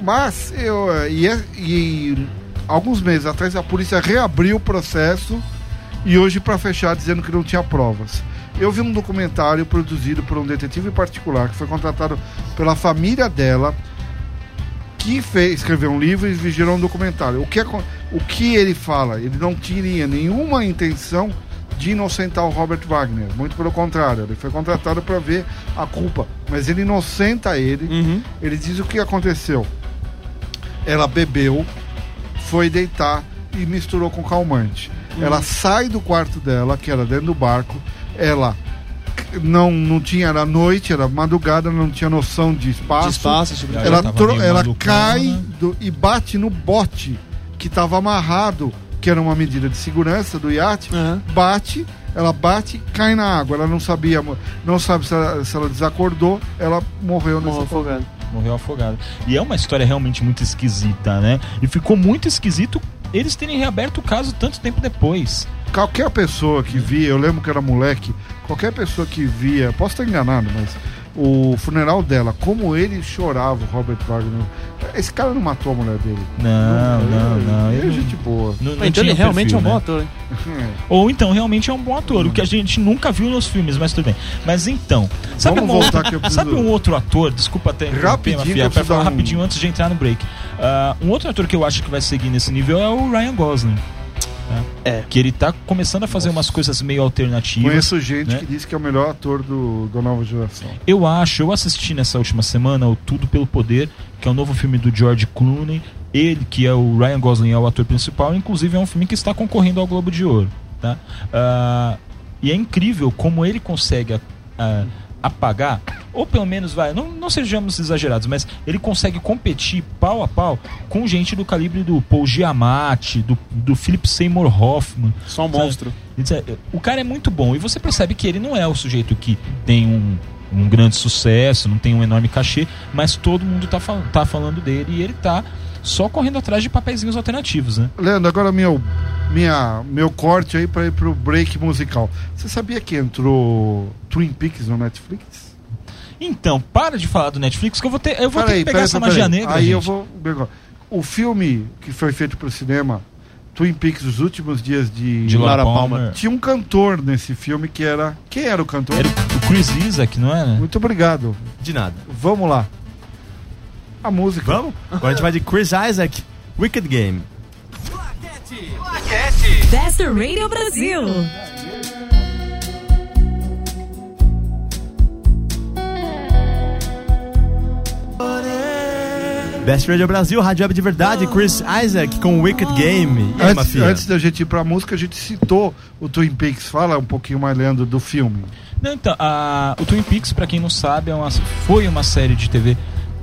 Mas, eu, eh, e, é- e alguns meses atrás, a polícia reabriu o processo e hoje para fechar, dizendo que não tinha provas. Eu vi um documentário produzido por um detetive particular que foi contratado pela família dela que fez, escreveu um livro e gerou um documentário. O que, acon- o que ele fala? Ele não tinha nenhuma intenção de inocentar o Robert Wagner. Muito pelo contrário, ele foi contratado para ver a culpa. Mas ele inocenta ele. Uhum. Ele diz o que aconteceu. Ela bebeu, foi deitar e misturou com calmante. Hum. Ela sai do quarto dela, que era dentro do barco. Ela não, não tinha, era noite, era madrugada, não tinha noção de espaço. De espaço, tipo... Ela Ela, tava tro- meio ela malucona. né? cai do- e bate no bote que estava amarrado, que era uma medida de segurança do iate. Aham. Bate, ela bate e cai na água. Ela não sabia, mo- não sabe se ela, se ela desacordou, ela morreu nessa Morreu afogada. é um afogado. Morreu afogado. E é uma história realmente muito esquisita, né? E ficou muito esquisito eles terem reaberto o caso tanto tempo depois. Qualquer pessoa que via, eu lembro que era moleque, qualquer pessoa que via, posso estar enganado, mas o funeral dela, como ele chorava, o Robert Wagner. Esse cara não matou a mulher dele. Não, não, Ele- não. Ele é eu gente boa. não- não Então tinha ele realmente perfil, é um né? bom ator, hein? Ou então realmente é um bom ator, o que a gente nunca viu nos filmes, mas tudo bem. Mas então, sabe, Vamos uma outra- voltar que eu preciso- sabe um outro ator? Desculpa até interromper, Rapidinho, Mafia, que eu pra preciso falar dar um- rapidinho antes de entrar no break. Ah, um outro ator que eu acho que vai seguir nesse nível é o Ryan Gosling. né? É. Que ele tá começando a fazer umas coisas meio alternativas. Conheço gente né? que diz que é o melhor ator do, da nova geração. Eu acho, eu assisti nessa última semana o Tudo pelo Poder, que é o novo filme do George Clooney. Ele, que é o Ryan Gosling, é o ator principal. Inclusive, é um filme que está concorrendo ao Globo de Ouro. Tá? Ah, e é incrível como ele consegue ah, apagar, ou pelo menos, vai, não, não sejamos exagerados, mas ele consegue competir pau a pau com gente do calibre do Paul Giamatti, do, do Philip Seymour Hoffman, Só um Sabe? monstro. ele diz, "É, O cara é muito bom. E você percebe que ele não é o sujeito que tem um, um grande sucesso, não tem um enorme cachê, mas todo mundo tá, fal- tá falando dele e ele tá só correndo atrás de papeizinhos alternativos, né? Leandro, agora meu, minha, meu corte aí pra ir pro break musical. Você sabia que entrou Twin Peaks no Netflix? Então, para de falar do Netflix que eu vou ter, eu vou ter Peraí, que pegar peraí, essa peraí. magia negra, Aí gente. eu vou. O filme que foi feito pro cinema, Twin Peaks, os últimos dias de, De Laura Palmer. Tinha um cantor nesse filme que era. Quem era o cantor? Era o Chris Isaac, não era? Muito obrigado. De nada. Vamos lá. A música. Vamos? Agora a gente vai de Chris Isaac, Wicked Game. Claquete! Best Radio Brasil. Best Radio Brasil, Rádio Web de Verdade, Chris Isaac com Wicked Game. E aí, Antes, Mafia? antes da gente ir pra música, a gente citou o Twin Peaks. Fala um pouquinho mais, Leandro, do filme. Não, então, a- o Twin Peaks, pra quem não sabe, é uma- foi uma série de TV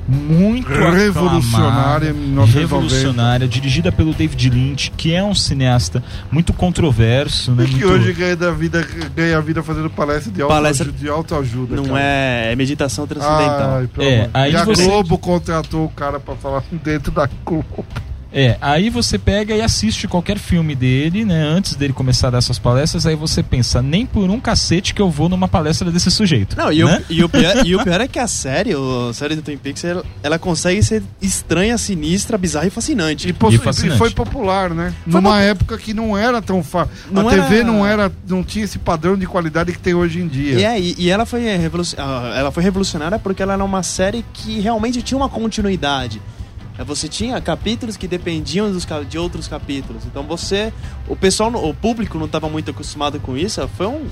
muito Revolucionária, aclamada, 1990. revolucionária, dirigida pelo David Lynch, que é um cineasta muito controverso, né? E que muito- hoje ganha, da vida, ganha a vida fazendo palestra de Palestra- autoajuda. De autoajuda Não cara. é, é meditação transcendental. Ai, pelo É, amor. aí e a você- Globo contratou o cara pra falar dentro da Globo. É, aí você pega e assiste qualquer filme dele, né? Antes dele começar a dar essas palestras, aí você pensa, nem por um cacete que eu vou numa palestra desse sujeito. Não, e, né? o, e, o pior, e o pior é que a série, o- a série do Twin Peaks, ela, ela consegue ser estranha, sinistra, bizarra e fascinante. E, possu- E fascinante. e foi popular, né? Numa época que não era tão fácil. Não a TV era- não era, não tinha esse padrão de qualidade que tem hoje em dia. E, é, aí, e ela, foi revolu- ah, ela foi revolucionária porque ela era uma série que realmente tinha uma continuidade. Eh, Você tinha capítulos que dependiam dos ca- de outros capítulos. Então você. O pessoal, no- o público não estava muito acostumado com isso. Foi um.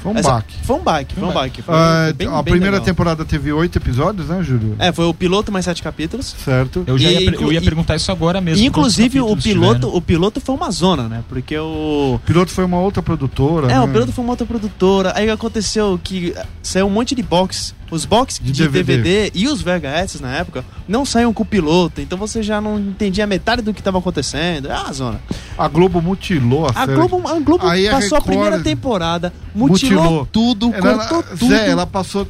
Foi um essa- baque. Foi um baque, foi um baque. Foi Ah, bem- a bem primeira legal. temporada teve oito episódios, né, Júlio? É, foi o piloto mais sete capítulos. Certo. Eu já E ia, per- eu ia inclu- perguntar isso agora mesmo. E, inclusive o quantos capítulos piloto, tiveram. o piloto foi uma zona, né? Porque o. O piloto foi uma outra produtora. É, né? o piloto foi uma outra produtora. Aí aconteceu que ah, saiu um monte de box. Os box De de, DVD. DVD. e os VHS na época não saíam com o piloto. Então você já não entendia metade do que estava acontecendo. Ah, zona. A Globo mutilou a, A série. Globo, a Globo Aí a passou a, Record primeira temporada, mutilou, mutilou. tudo, Ela, cortou tudo. Zé, ela passou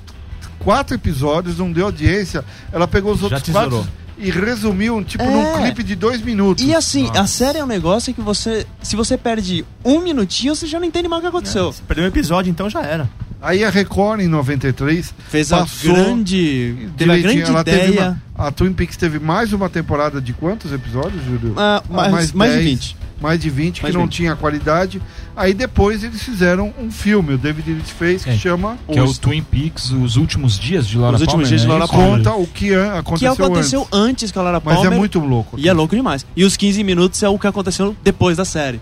quatro episódios, não deu audiência. Ela pegou os Já outros tesourou. quatro e resumiu, tipo, É. num clipe de dois minutos. E assim, a série é um negócio que você. Se você perde um minutinho, você já não entende mais o que aconteceu. É. Se Perdeu um episódio, então já era. Aí a Record, em 93, Fez Passou a grande. Teve a grande direitinho, ela ideia. Teve uma- a Twin Peaks teve mais uma temporada de quantos episódios, Júlio? Ah, mais- mais de 20. Mais de 20, que Mais de não 20. tinha qualidade. Aí depois eles fizeram um filme, o David Lynch fez, que É. chama Que é o Twin Peaks, os últimos dias de Laura Os últimos Palmer, dias de né? Laura Isso, Palmer. né? Conta o que an- que aconteceu, aconteceu antes. antes com a Laura Mas Palmer. é muito louco. E é louco demais. E os 15 minutos é o que aconteceu depois da série.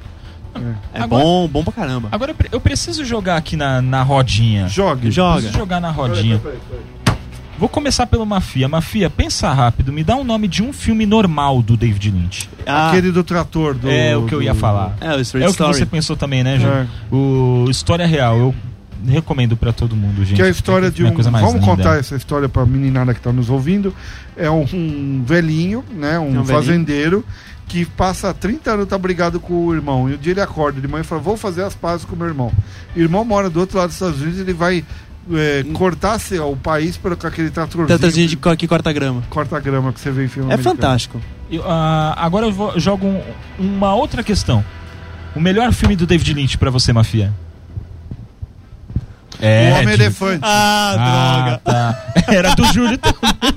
É Agora- bom, bom pra caramba. Agora eu pre- eu preciso jogar aqui na, na rodinha. Jogue. Joga. Preciso jogar na rodinha. Peraí, peraí, peraí. Vou começar pelo Mafia. Mafia, pensa rápido, me dá o nome de um filme normal do David Lynch. Ah, Aquele do trator. do- é o que eu ia do- falar. É o É Straight o que Story. você pensou também, né, Júlio? É. O História Real, eu recomendo pra todo mundo, gente. Que é a história de É a um. coisa mais Vamos linda. contar essa história pra meninada que tá nos ouvindo. É um, um velhinho, né? Um, É um velhinho. fazendeiro que passa 30 anos tá brigado com o irmão. E um dia ele acorda de manhã e fala: Vou fazer as pazes com o meu irmão. O irmão mora do outro lado dos Estados Unidos ele vai é, cortar assim, ó, o país pelo, com aquele tratorzinho. Tratorzinho de co- que corta grama. corta-grama que você vê em filme. Tá, É americano. fantástico. Eu, ah, agora eu vou- jogo um- uma outra questão. O melhor filme do David Lynch pra você, Mafia? O Um É. Júlio. Homem-Elefante. Ah, Ah, tá. Era do Júlio também.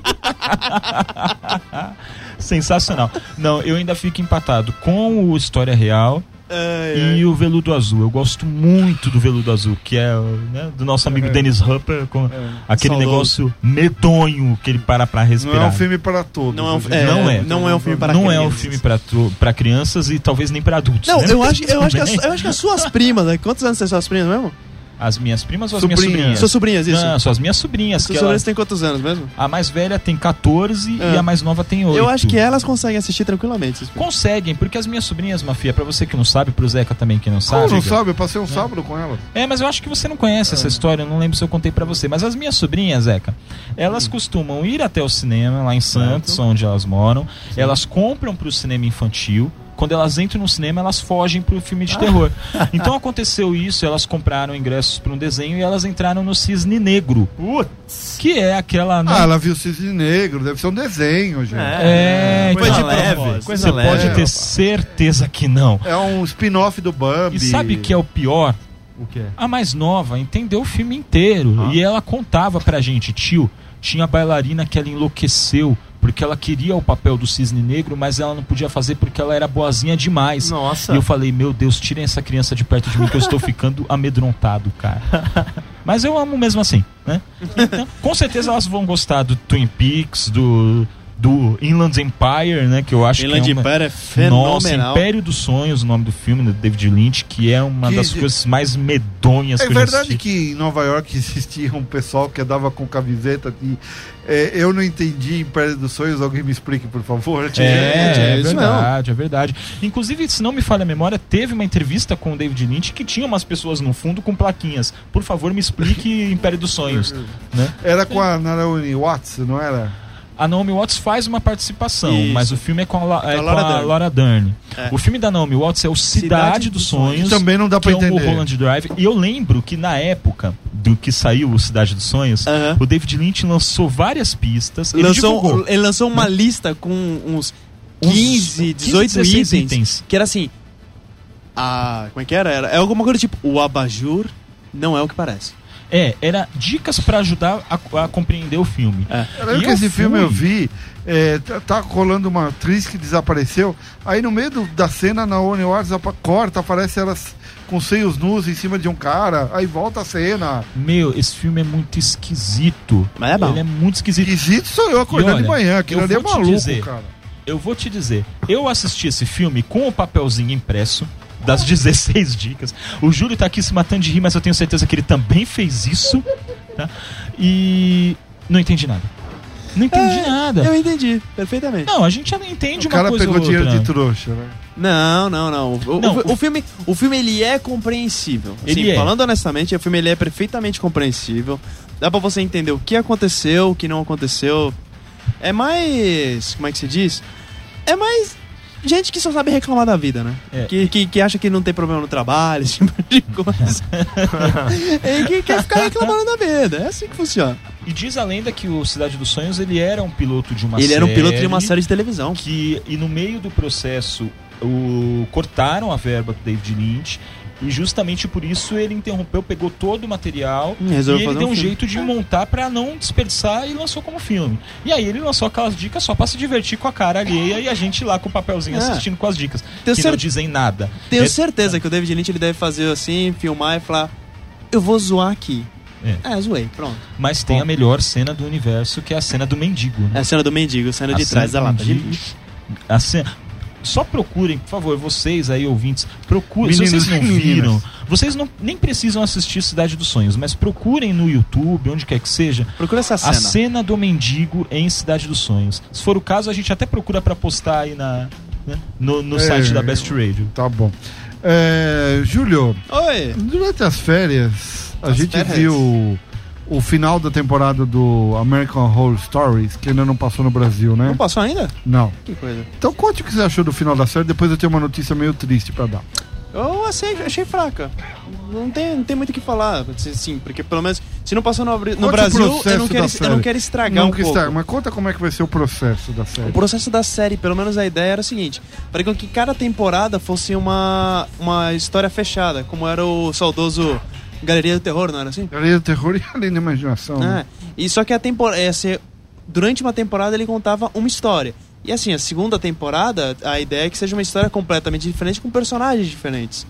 Sensacional. Não, eu ainda fico empatado com o História Real droga. e o Veludo Azul. Eu gosto muito do Veludo Azul, que é o, né, do nosso amigo É. Dennis Hopper, com aquele Saudoso. negócio medonho que ele para pra Não é respirar. um filme para todos. Não é um fi- né? não é. Não é um filme para não é um crianças. filme pra, tu- pra crianças e talvez nem pra adultos. Não, né? eu acho, eu, acho que é Também. as, eu acho que as suas primas, né? Quantos anos tem suas primas mesmo? As minhas primas ou as Sobrinhas. minhas sobrinhas? Suas sobrinhas, isso. Não, são as minhas sobrinhas. suas que ela- sobrinhas têm quantos anos mesmo? A mais velha tem 14 e É. a mais nova tem 8. Eu acho que elas conseguem assistir tranquilamente. esses filmes. Conseguem, porque as minhas sobrinhas, Mafia, pra você que não sabe, pro Zeca também que não Como sabe. não sabe? Eu passei um sábado com ela. É, mas eu acho que você não conhece essa história, eu não lembro se eu contei pra você. Mas as minhas sobrinhas, Zeca, elas costumam ir até o cinema lá em Santos, onde elas moram. Elas compram pro cinema infantil. Quando elas entram no cinema, elas fogem pro filme de terror. Então aconteceu isso, elas compraram ingressos pra um desenho e elas entraram no Cisne Negro, Putz. que é aquela. né, Ah, ela viu o Cisne Negro, deve ser um desenho, gente. É, coisa então- tipo, leve. Coisa Você leve. pode ter É. certeza que não. É um spin-off do Bambi. E sabe o que é o pior? O que é? A mais nova entendeu o filme inteiro Ah. e ela contava pra gente, tio, tinha a bailarina que ela enlouqueceu porque ela queria o papel do cisne negro, mas ela não podia fazer porque ela era boazinha demais. Nossa. E eu falei, meu Deus, tirem essa criança de perto de mim que eu estou ficando amedrontado, cara. Mas eu amo mesmo assim, né? Então, com certeza elas vão gostar do Twin Peaks, do do Inland Empire, né? Que eu acho Inland que é uma... Empire é Nossa, fenomenal. Império dos Sonhos, o nome do filme, né, do David Lynch, que é uma Que- das coisas mais medonhas É que eu já verdade assisti. que em Nova York existia um pessoal que andava com camiseta de. é, eu não entendi Império dos Sonhos, alguém me explique, por favor. É, é isso verdade, é verdade. Inclusive, se não me falha a memória, teve uma entrevista com o David Lynch que tinha umas pessoas no fundo com plaquinhas. Por favor, me explique Império dos Sonhos. né? Era com a Naomi Watts, não era? A Naomi Watts faz uma participação, Isso. mas o filme é com a, La- é a com Laura a Dern. Laura Dern. É. O filme da Naomi Watts é o Cidade, Cidade dos dos Sonhos. Sonhos. Também não dá que pra é o entender. Mulholland Drive. E eu lembro que na época do que saiu o Cidade dos Sonhos, Aham. o David Lynch lançou várias pistas. Ele divulgou. um lançou, um- ele lançou uma lista com uns Uns 15, 18 16 itens, itens. Que era assim. Ah, como é que era? Era é alguma coisa tipo, o abajur não é o que parece. É, era dicas pra ajudar a, a compreender o filme. É. Era E que esse eu filme fui. eu vi, é, tá, tá rolando uma atriz que desapareceu, aí no meio do- da cena a Naomi Watts apa- corta, aparece elas com seios nus em cima de um cara, aí volta a cena. Meu, esse filme é muito esquisito. Mas é bom. Ele é muito esquisito. Esquisito sou eu acordando E olha, de manhã, aquilo eu ali é vou te maluco, dizer, cara. Eu vou te dizer, eu assisti esse filme com o papelzinho impresso das 16 dicas. O Júlio tá aqui se matando de rir, mas eu tenho certeza que ele também fez isso. Tá? E não entendi nada. Não entendi É, nada. Eu entendi, perfeitamente. Não, a gente já não entende O uma cara coisa pegou ou outra. dinheiro de trouxa, né? Não, não, não. O, o- Não, o o- filme, o filme ele é compreensível. Assim, Ele é. Falando honestamente, o filme ele é perfeitamente compreensível. Dá pra você entender o que aconteceu, o que não aconteceu. É mais, como é que se diz? É mais gente que só sabe reclamar da vida, né? É. Que, que, que acha que não tem problema no trabalho, esse tipo de coisa. e que quer ficar reclamando da vida. É assim que funciona. E diz a lenda que o Cidade dos Sonhos ele era um piloto de uma ele série. era um piloto de uma série de televisão. que e no meio do processo o, cortaram a verba do David Lynch e justamente por isso ele interrompeu, pegou todo o material Hum, resolveu e ele fazer deu um um, filme. jeito de montar pra não desperdiçar e lançou como filme. E aí ele lançou aquelas dicas só pra se divertir com a cara alheia e a gente lá com o papelzinho É. assistindo com as dicas Tenho que cer- não dizem nada. Tenho É- certeza que o David Lynch ele deve fazer assim, filmar e falar: Eu vou zoar aqui. É. Ah, zoei, pronto. Mas tem a melhor cena do universo que é a cena do mendigo. né? É a cena do mendigo, cena de A trás da cena lata do de mendigo. lixo. A cena- Só procurem, por favor, vocês aí ouvintes, procurem. Meninos se vocês e não meninas. viram, vocês não, nem precisam assistir Cidade dos Sonhos, mas procurem no YouTube, onde quer que seja, Procura essa a cena. cena do mendigo em Cidade dos Sonhos. Se for o caso, a gente até procura pra postar aí na, né, no, no É. site da Best Radio. Tá bom. É, Júlio, Oi! durante as férias, a As gente férias. viu o final da temporada do American Horror Stories, que ainda não passou no Brasil, né? Não passou ainda? Não. Que coisa. Então conte o que você achou do final da série, depois eu tenho uma notícia meio triste pra dar. Eu achei, achei fraca. Não tem, não tem muito o que falar, assim, porque pelo menos se não passou no, Abri- no Conte o Brasil, eu não, processo quero, da eu série. não quero estragar não um que pouco. está, mas conta como é que vai ser o processo da série. O processo da série, pelo menos a ideia era o seguinte: para que cada temporada fosse uma, uma história fechada, como era o saudoso Galeria do Terror, não era assim? Além do terror e além da imaginação. Ah, né? e só que a temporada. durante uma temporada ele contava uma história. E assim, a segunda temporada, a ideia é que seja uma história completamente diferente, com personagens diferentes.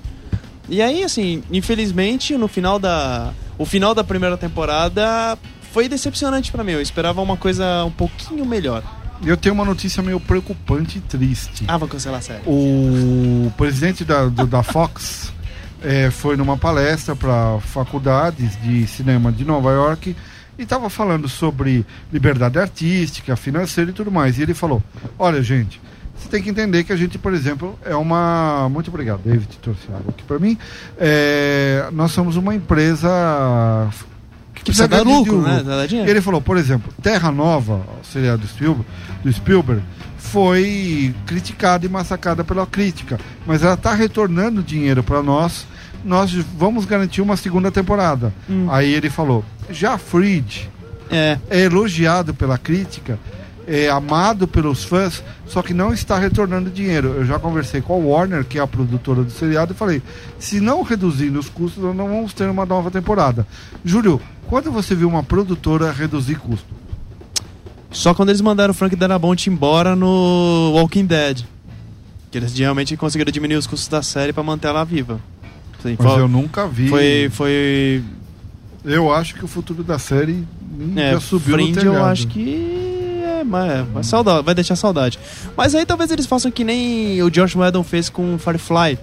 E aí, assim, infelizmente, no final da. O final da primeira temporada foi decepcionante pra mim. Eu esperava uma coisa um pouquinho melhor. E Eu tenho uma notícia meio preocupante e triste. Ah, vou cancelar a série. O presidente da, do- da Fox eh, foi numa palestra para faculdades de cinema de Nova York e estava falando sobre liberdade artística, financeira e tudo mais. E ele falou: Olha, gente, você tem que entender que a gente, por exemplo, é uma. Muito obrigado, David, trouxe água aqui para mim. Eh, nós somos uma empresa Que precisa dar de- um de lucro, né? Dar dinheiro. Ele falou, por exemplo, Terra Nova, o seriado do Spielberg, do Spielberg, foi criticada e massacrada pela crítica, mas ela está retornando dinheiro para nós. Nós vamos garantir uma segunda temporada. Aí ele falou, já Fried É. é elogiado pela crítica, é amado pelos fãs, só que não está retornando dinheiro. Eu já conversei com a Warner, que é a produtora do seriado, e falei: se não reduzir os custos, nós não vamos ter uma nova temporada. Júlio, quando você viu uma produtora reduzir custo? Só quando eles mandaram o Frank Darabont embora no Walking Dead. Que eles realmente conseguiram diminuir os custos da série pra manter ela viva. Assim, Mas foi- eu nunca vi. Foi. foi Eu acho que o futuro da série hum, é, já subiu Fringe, no telhado. eu acho que é vai, mas, mas saudade, vai deixar saudade. Mas aí talvez eles façam que nem o Josh Whedon fez com Firefly.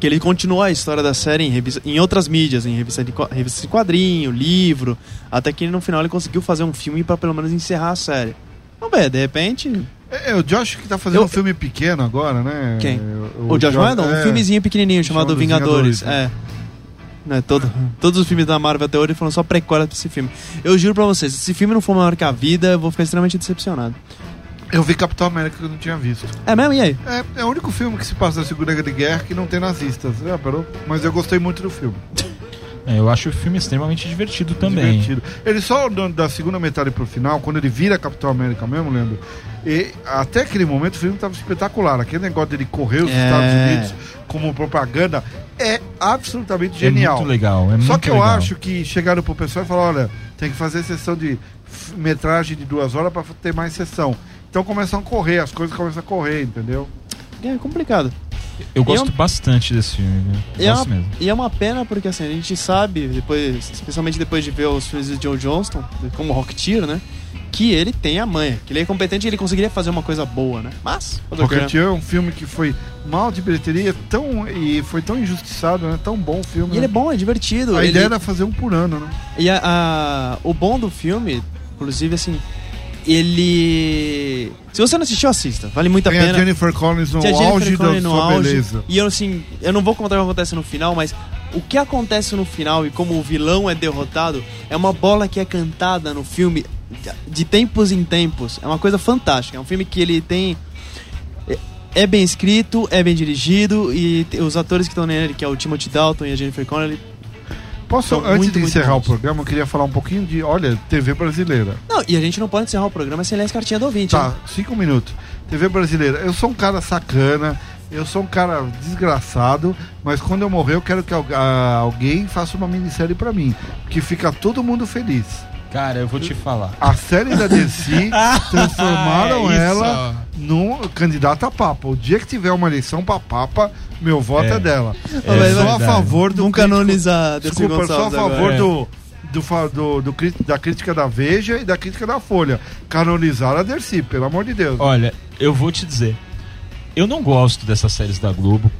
Que ele continua a história da série em, revista- em outras mídias, em revista de, qua- revista de quadrinho, livro, até que no final ele conseguiu fazer um filme pra pelo menos encerrar a série. Vamos ver, de repente. É, é o Josh que tá fazendo Eu- um filme pequeno agora, né? Quem? É, O Josh Jo- Whedon? é. Um filmezinho pequenininho chamado Chamado Vingadores. Vingadores, É. Né, todo- todos os filmes da Marvel até hoje foram só precuelas pra esse filme. Eu juro pra vocês, se esse filme não for maior que a vida, eu vou ficar extremamente decepcionado. Eu vi Capitão América que eu não tinha visto. É mesmo? E aí? É, é o único filme que se passa na Segunda Guerra de Guerra que não tem nazistas. É, parou? Mas eu gostei muito do filme. É, eu acho o filme extremamente divertido também. Divertido. Ele só do- da segunda metade pro final, quando ele vira Capitão América mesmo, Leandro. E até aquele momento o filme tava espetacular. Aquele negócio dele correr os É. Estados Unidos como propaganda é absolutamente É genial. muito legal. É Só muito que eu legal. acho que chegaram pro pessoal e falaram: olha, tem que fazer sessão de f- metragem de duas horas para ter mais sessão. Então começam a correr, as coisas começam a correr, entendeu? É complicado. Eu é gosto um bastante desse filme. né? E Eu é, gosto uma, mesmo. e é uma pena porque assim, a gente sabe, depois, especialmente depois de ver os filmes de Joe Johnston, como Rocketeer, né? Que ele tem a manha, que ele é competente e ele conseguiria fazer uma coisa boa, né? Mas, fazer o quê, né? Rocketeer é um filme que foi mal de bilheteria tão, e foi tão injustiçado, né? Tão bom o filme. E ele né? é bom, é divertido. A ele- ideia era fazer um por ano, né? E a, a- o bom do filme, inclusive, assim, ele. Se você não assistiu, assista. Vale muito a Tem pena. a Jennifer Collins no Tem a Jennifer auge da Connelly no sua auge. beleza. E eu, assim, eu não vou contar o que acontece no final, mas o que acontece no final e como o vilão é derrotado é uma bola que é cantada no filme de tempos em tempos. É uma coisa fantástica. É um filme que ele tem. é- É bem escrito, é bem dirigido e te- os atores que estão nele, que é o Timothy Dalton e a Jennifer Connelly. Posso, São antes muito, de muito encerrar bons. o programa, eu queria falar um pouquinho de, olha, TV brasileira. Não, e a gente não pode encerrar o programa sem ler as cartinhas do ouvinte. né? Tá, cinco minutos. TV brasileira. Eu sou um cara sacana, eu sou um cara desgraçado, mas quando eu morrer eu quero que al- a- alguém faça uma minissérie pra mim, que fica todo mundo feliz. Cara, eu vou te falar. A série da DC transformaram É isso. ela num candidato a papa. O dia que tiver uma eleição pra papa, meu voto é, É. dela. É eu sou a verdade. favor do Vamos canonizar Dercy Desculpa, eu sou a Gonçalves favor agora. agora. É. do, do, fa- do, do cri- da crítica da Veja e da crítica da Folha. Canonizar a Dercy, pelo amor de Deus. Olha, eu vou te dizer. Eu não gosto dessas séries da Globo.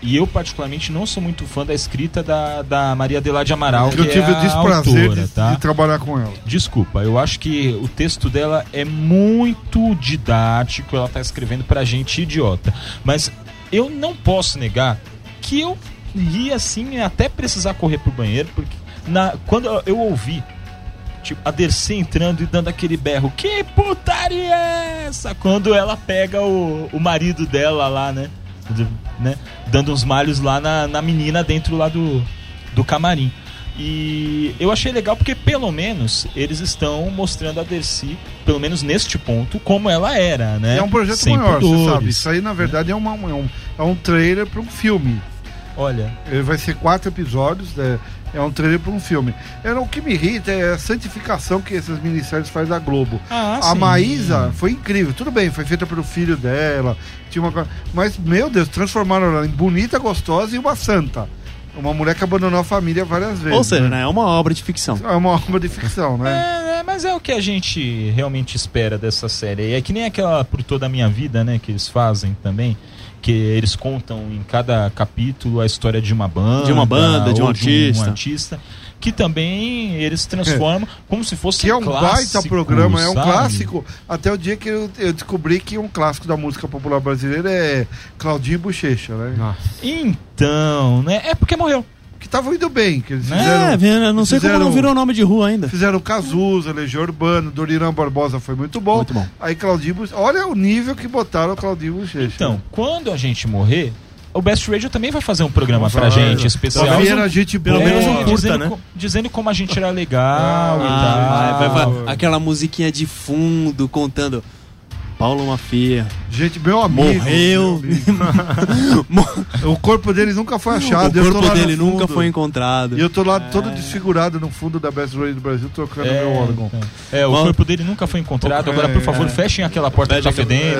E eu, particularmente, não sou muito fã da escrita da, da Maria Adelaide Amaral. eu que tive é o a desprazer autora, de, tá? de trabalhar com ela. Desculpa, eu acho que o texto dela é muito didático, ela tá escrevendo pra gente idiota. Mas eu não posso negar que eu li assim até precisar correr pro banheiro, porque na, quando eu ouvi tipo, a Dercy entrando e dando aquele berro, que putaria é essa? Quando ela pega o, o marido dela lá, né? D- né? Dando uns malhos lá na, na menina dentro lá do, do camarim. E eu achei legal porque pelo menos eles estão mostrando a Dercy, pelo menos neste ponto, como ela era, né? É um projeto Sem maior, você pudores. sabe. Isso aí, na verdade, é, uma, é, um, é um trailer para um filme. Olha, Ele Eh, vai ser quatro episódios, né? é um trailer para um filme. Eu, o que me irrita é a santificação que essas minisséries faz da Globo. ah, a sim. Maísa foi incrível, tudo bem, foi feita pelo filho dela, tinha uma co- mas meu Deus, transformaram ela em bonita, gostosa e uma santa. Uma mulher que abandonou a família várias vezes. Ou seja, né, é uma obra de ficção. É uma obra de ficção, né? É, é, mas é o que a gente realmente espera dessa série. É que nem aquela por toda a minha vida, né, que eles fazem também, que eles contam em cada capítulo a história de uma banda, De uma banda, de um ou artista. artista, que também eles transformam como se fosse Que é um clássico, baita programa, é um sabe? clássico. Até o dia que eu, eu descobri que um clássico da música popular brasileira é Claudinho e Bochecha, né? Ah. Então, né? É porque morreu. Que estavam indo bem, que eles Né? fizeram. É, eu não sei como fizeram- não virou nome de rua ainda. Fizeram Cazuza, Legião Urbano, Doriran Barbosa foi muito bom. Muito bom. Aí Claudinho Bochecha. Olha o nível que botaram o Claudinho e Bochecha. Então, quando a gente morrer, o Best Radio também vai fazer um programa pra Vai. gente especial. Talvez era gente É, pelo boa. menos um curta, dizendo, né? co- dizendo como a gente era legal e Ah, tal. vai, vai, vai. Aquela musiquinha de fundo contando. Paulo Mafia. Gente, meu amigo. Morreu. meu amigo. o corpo dele nunca foi o achado. eu tô corpo lá no dele nunca fundo. foi encontrado. E eu tô lá todo desfigurado no fundo da Best Road do Brasil, tocando É, meu órgão. então. É, o Mano. corpo dele nunca foi encontrado. Agora, É, por favor, fechem aquela porta que tá fedendo.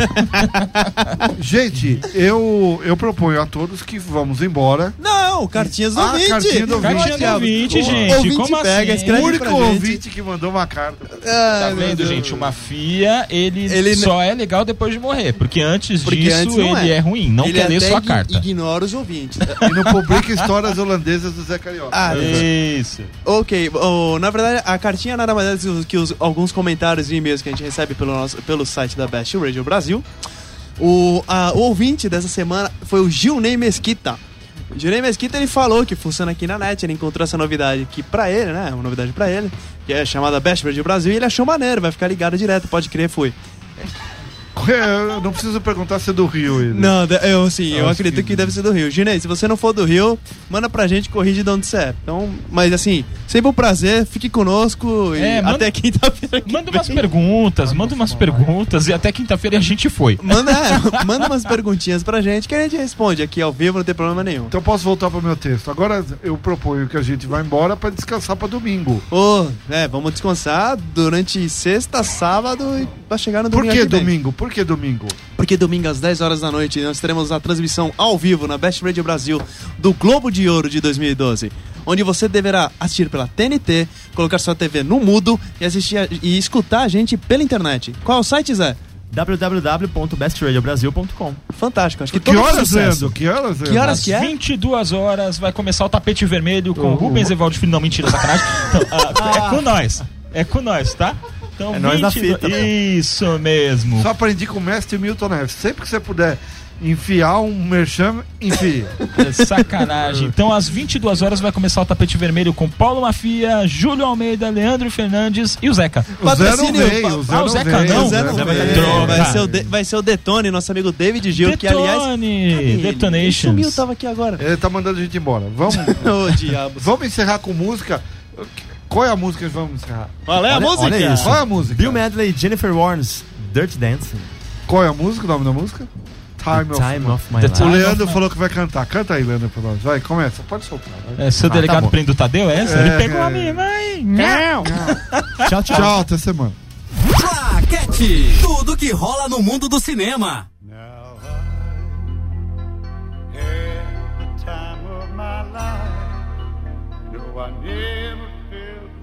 É, é. Gente, eu, eu proponho a todos que vamos embora. Não, cartinhas do Ah, ouvinte. cartinha do ouvinte. Cartinha do ouvinte, gente. Ouvinte como pega, assim? escreve o pra único gente. ouvinte que mandou uma carta. Ai, Tá meu vendo, Deus. gente? O Mafia, ele, Ele ne- só é legal depois de morrer. Porque antes Porque disso, antes não ele é. é. ruim. Não Ele quer ler até sua ig- carta. Ignora os ouvintes. E não publica histórias holandesas do Zé Carioca. Ah, Isso. Ok, oh, na verdade a cartinha nada mais é que os, alguns comentários e e-mails que a gente recebe pelo, nosso, pelo site da Best Radio Brasil. O, a- o ouvinte dessa semana foi o Gilney Mesquita. O Gilney Mesquita ele falou que funciona aqui na net, ele encontrou essa novidade aqui pra ele, né? Uma novidade pra ele, que é chamada Best Radio Brasil, e ele achou maneiro, vai ficar ligado direto, pode crer, fui. É, eu não preciso perguntar se é do Rio ele. Não, de- eu sim, Ah, eu Acho acredito que- que deve ser do Rio. Ginei, se você não for do Rio, manda pra gente, corrige de onde você é. Então, mas assim, sempre um prazer, fique conosco e É, manda- até quinta-feira. que Manda vem. umas perguntas, manda umas perguntas. E até quinta-feira a gente foi. Manda, é, manda umas perguntinhas pra gente que a gente responde aqui ao vivo, não tem problema nenhum. Então posso voltar pro meu texto. Agora eu proponho que a gente vá embora pra descansar pra domingo. Ô, é, vamos descansar durante sexta, sábado e pra chegar no Por domingo. que aqui, né? domingo? Por que domingo? Porque domingo às 10 horas da noite nós teremos a transmissão ao vivo na Best Radio Brasil do Globo de Ouro de 2012, onde você deverá assistir pela TNT, colocar sua TV no mudo e assistir a- e escutar a gente pela internet. Qual o site, Zé? www.bestradiobrasil.com Fantástico, acho que, Que todo horas, sucesso. Leandro? Que horas, Leandro? Que horas? Às que é? 22 horas vai começar o tapete vermelho com Oh. Rubens Evaldo Filho. Não, mentira, sacanagem. Então, ah, é com nós. É com nós, tá? Então, É nós na fita, né? Isso mesmo. Só aprendi com o mestre Milton Neves. Sempre que você puder enfiar um merchan, enfia. É Sacanagem. Então, às 22 horas vai começar o tapete vermelho com Paulo Mafia, Júlio Almeida, Leandro Fernandes e o Zeca. O Zé não Patrocínio, veio, pa- o Zé ah, o não Zeca veio. não, o Zé Zé não não veio. Droga. Vai ser, o De- vai ser o Detone, nosso amigo David Gil, que aliás. Cadê Detone! ele? Ele sumiu, Detonations. tava aqui agora. Ele tá mandando a gente embora. Vamos, Ô, diabo. vamos encerrar com música. Qual é a música que vamos encerrar? Qual é a Olha- olha música? isso. Qual é a música? Bill Medley, Jennifer Warnes, Dirty Dancing, Qual é a música? O nome da música? Time of Time of My The Life. O Time Leandro of- falou que vai cantar. Canta aí, Leandro, pra nós. Vai, começa. Pode soltar. vai. É, Ah, seu tá delegado bom. prende o Tadeu, é essa? É, Ele pegou é. a minha mãe. Não! Tchau, tchau. Tchau, até semana. Claquete. Tudo que rola no mundo do cinema. Now I had the time of my life. No, I never felt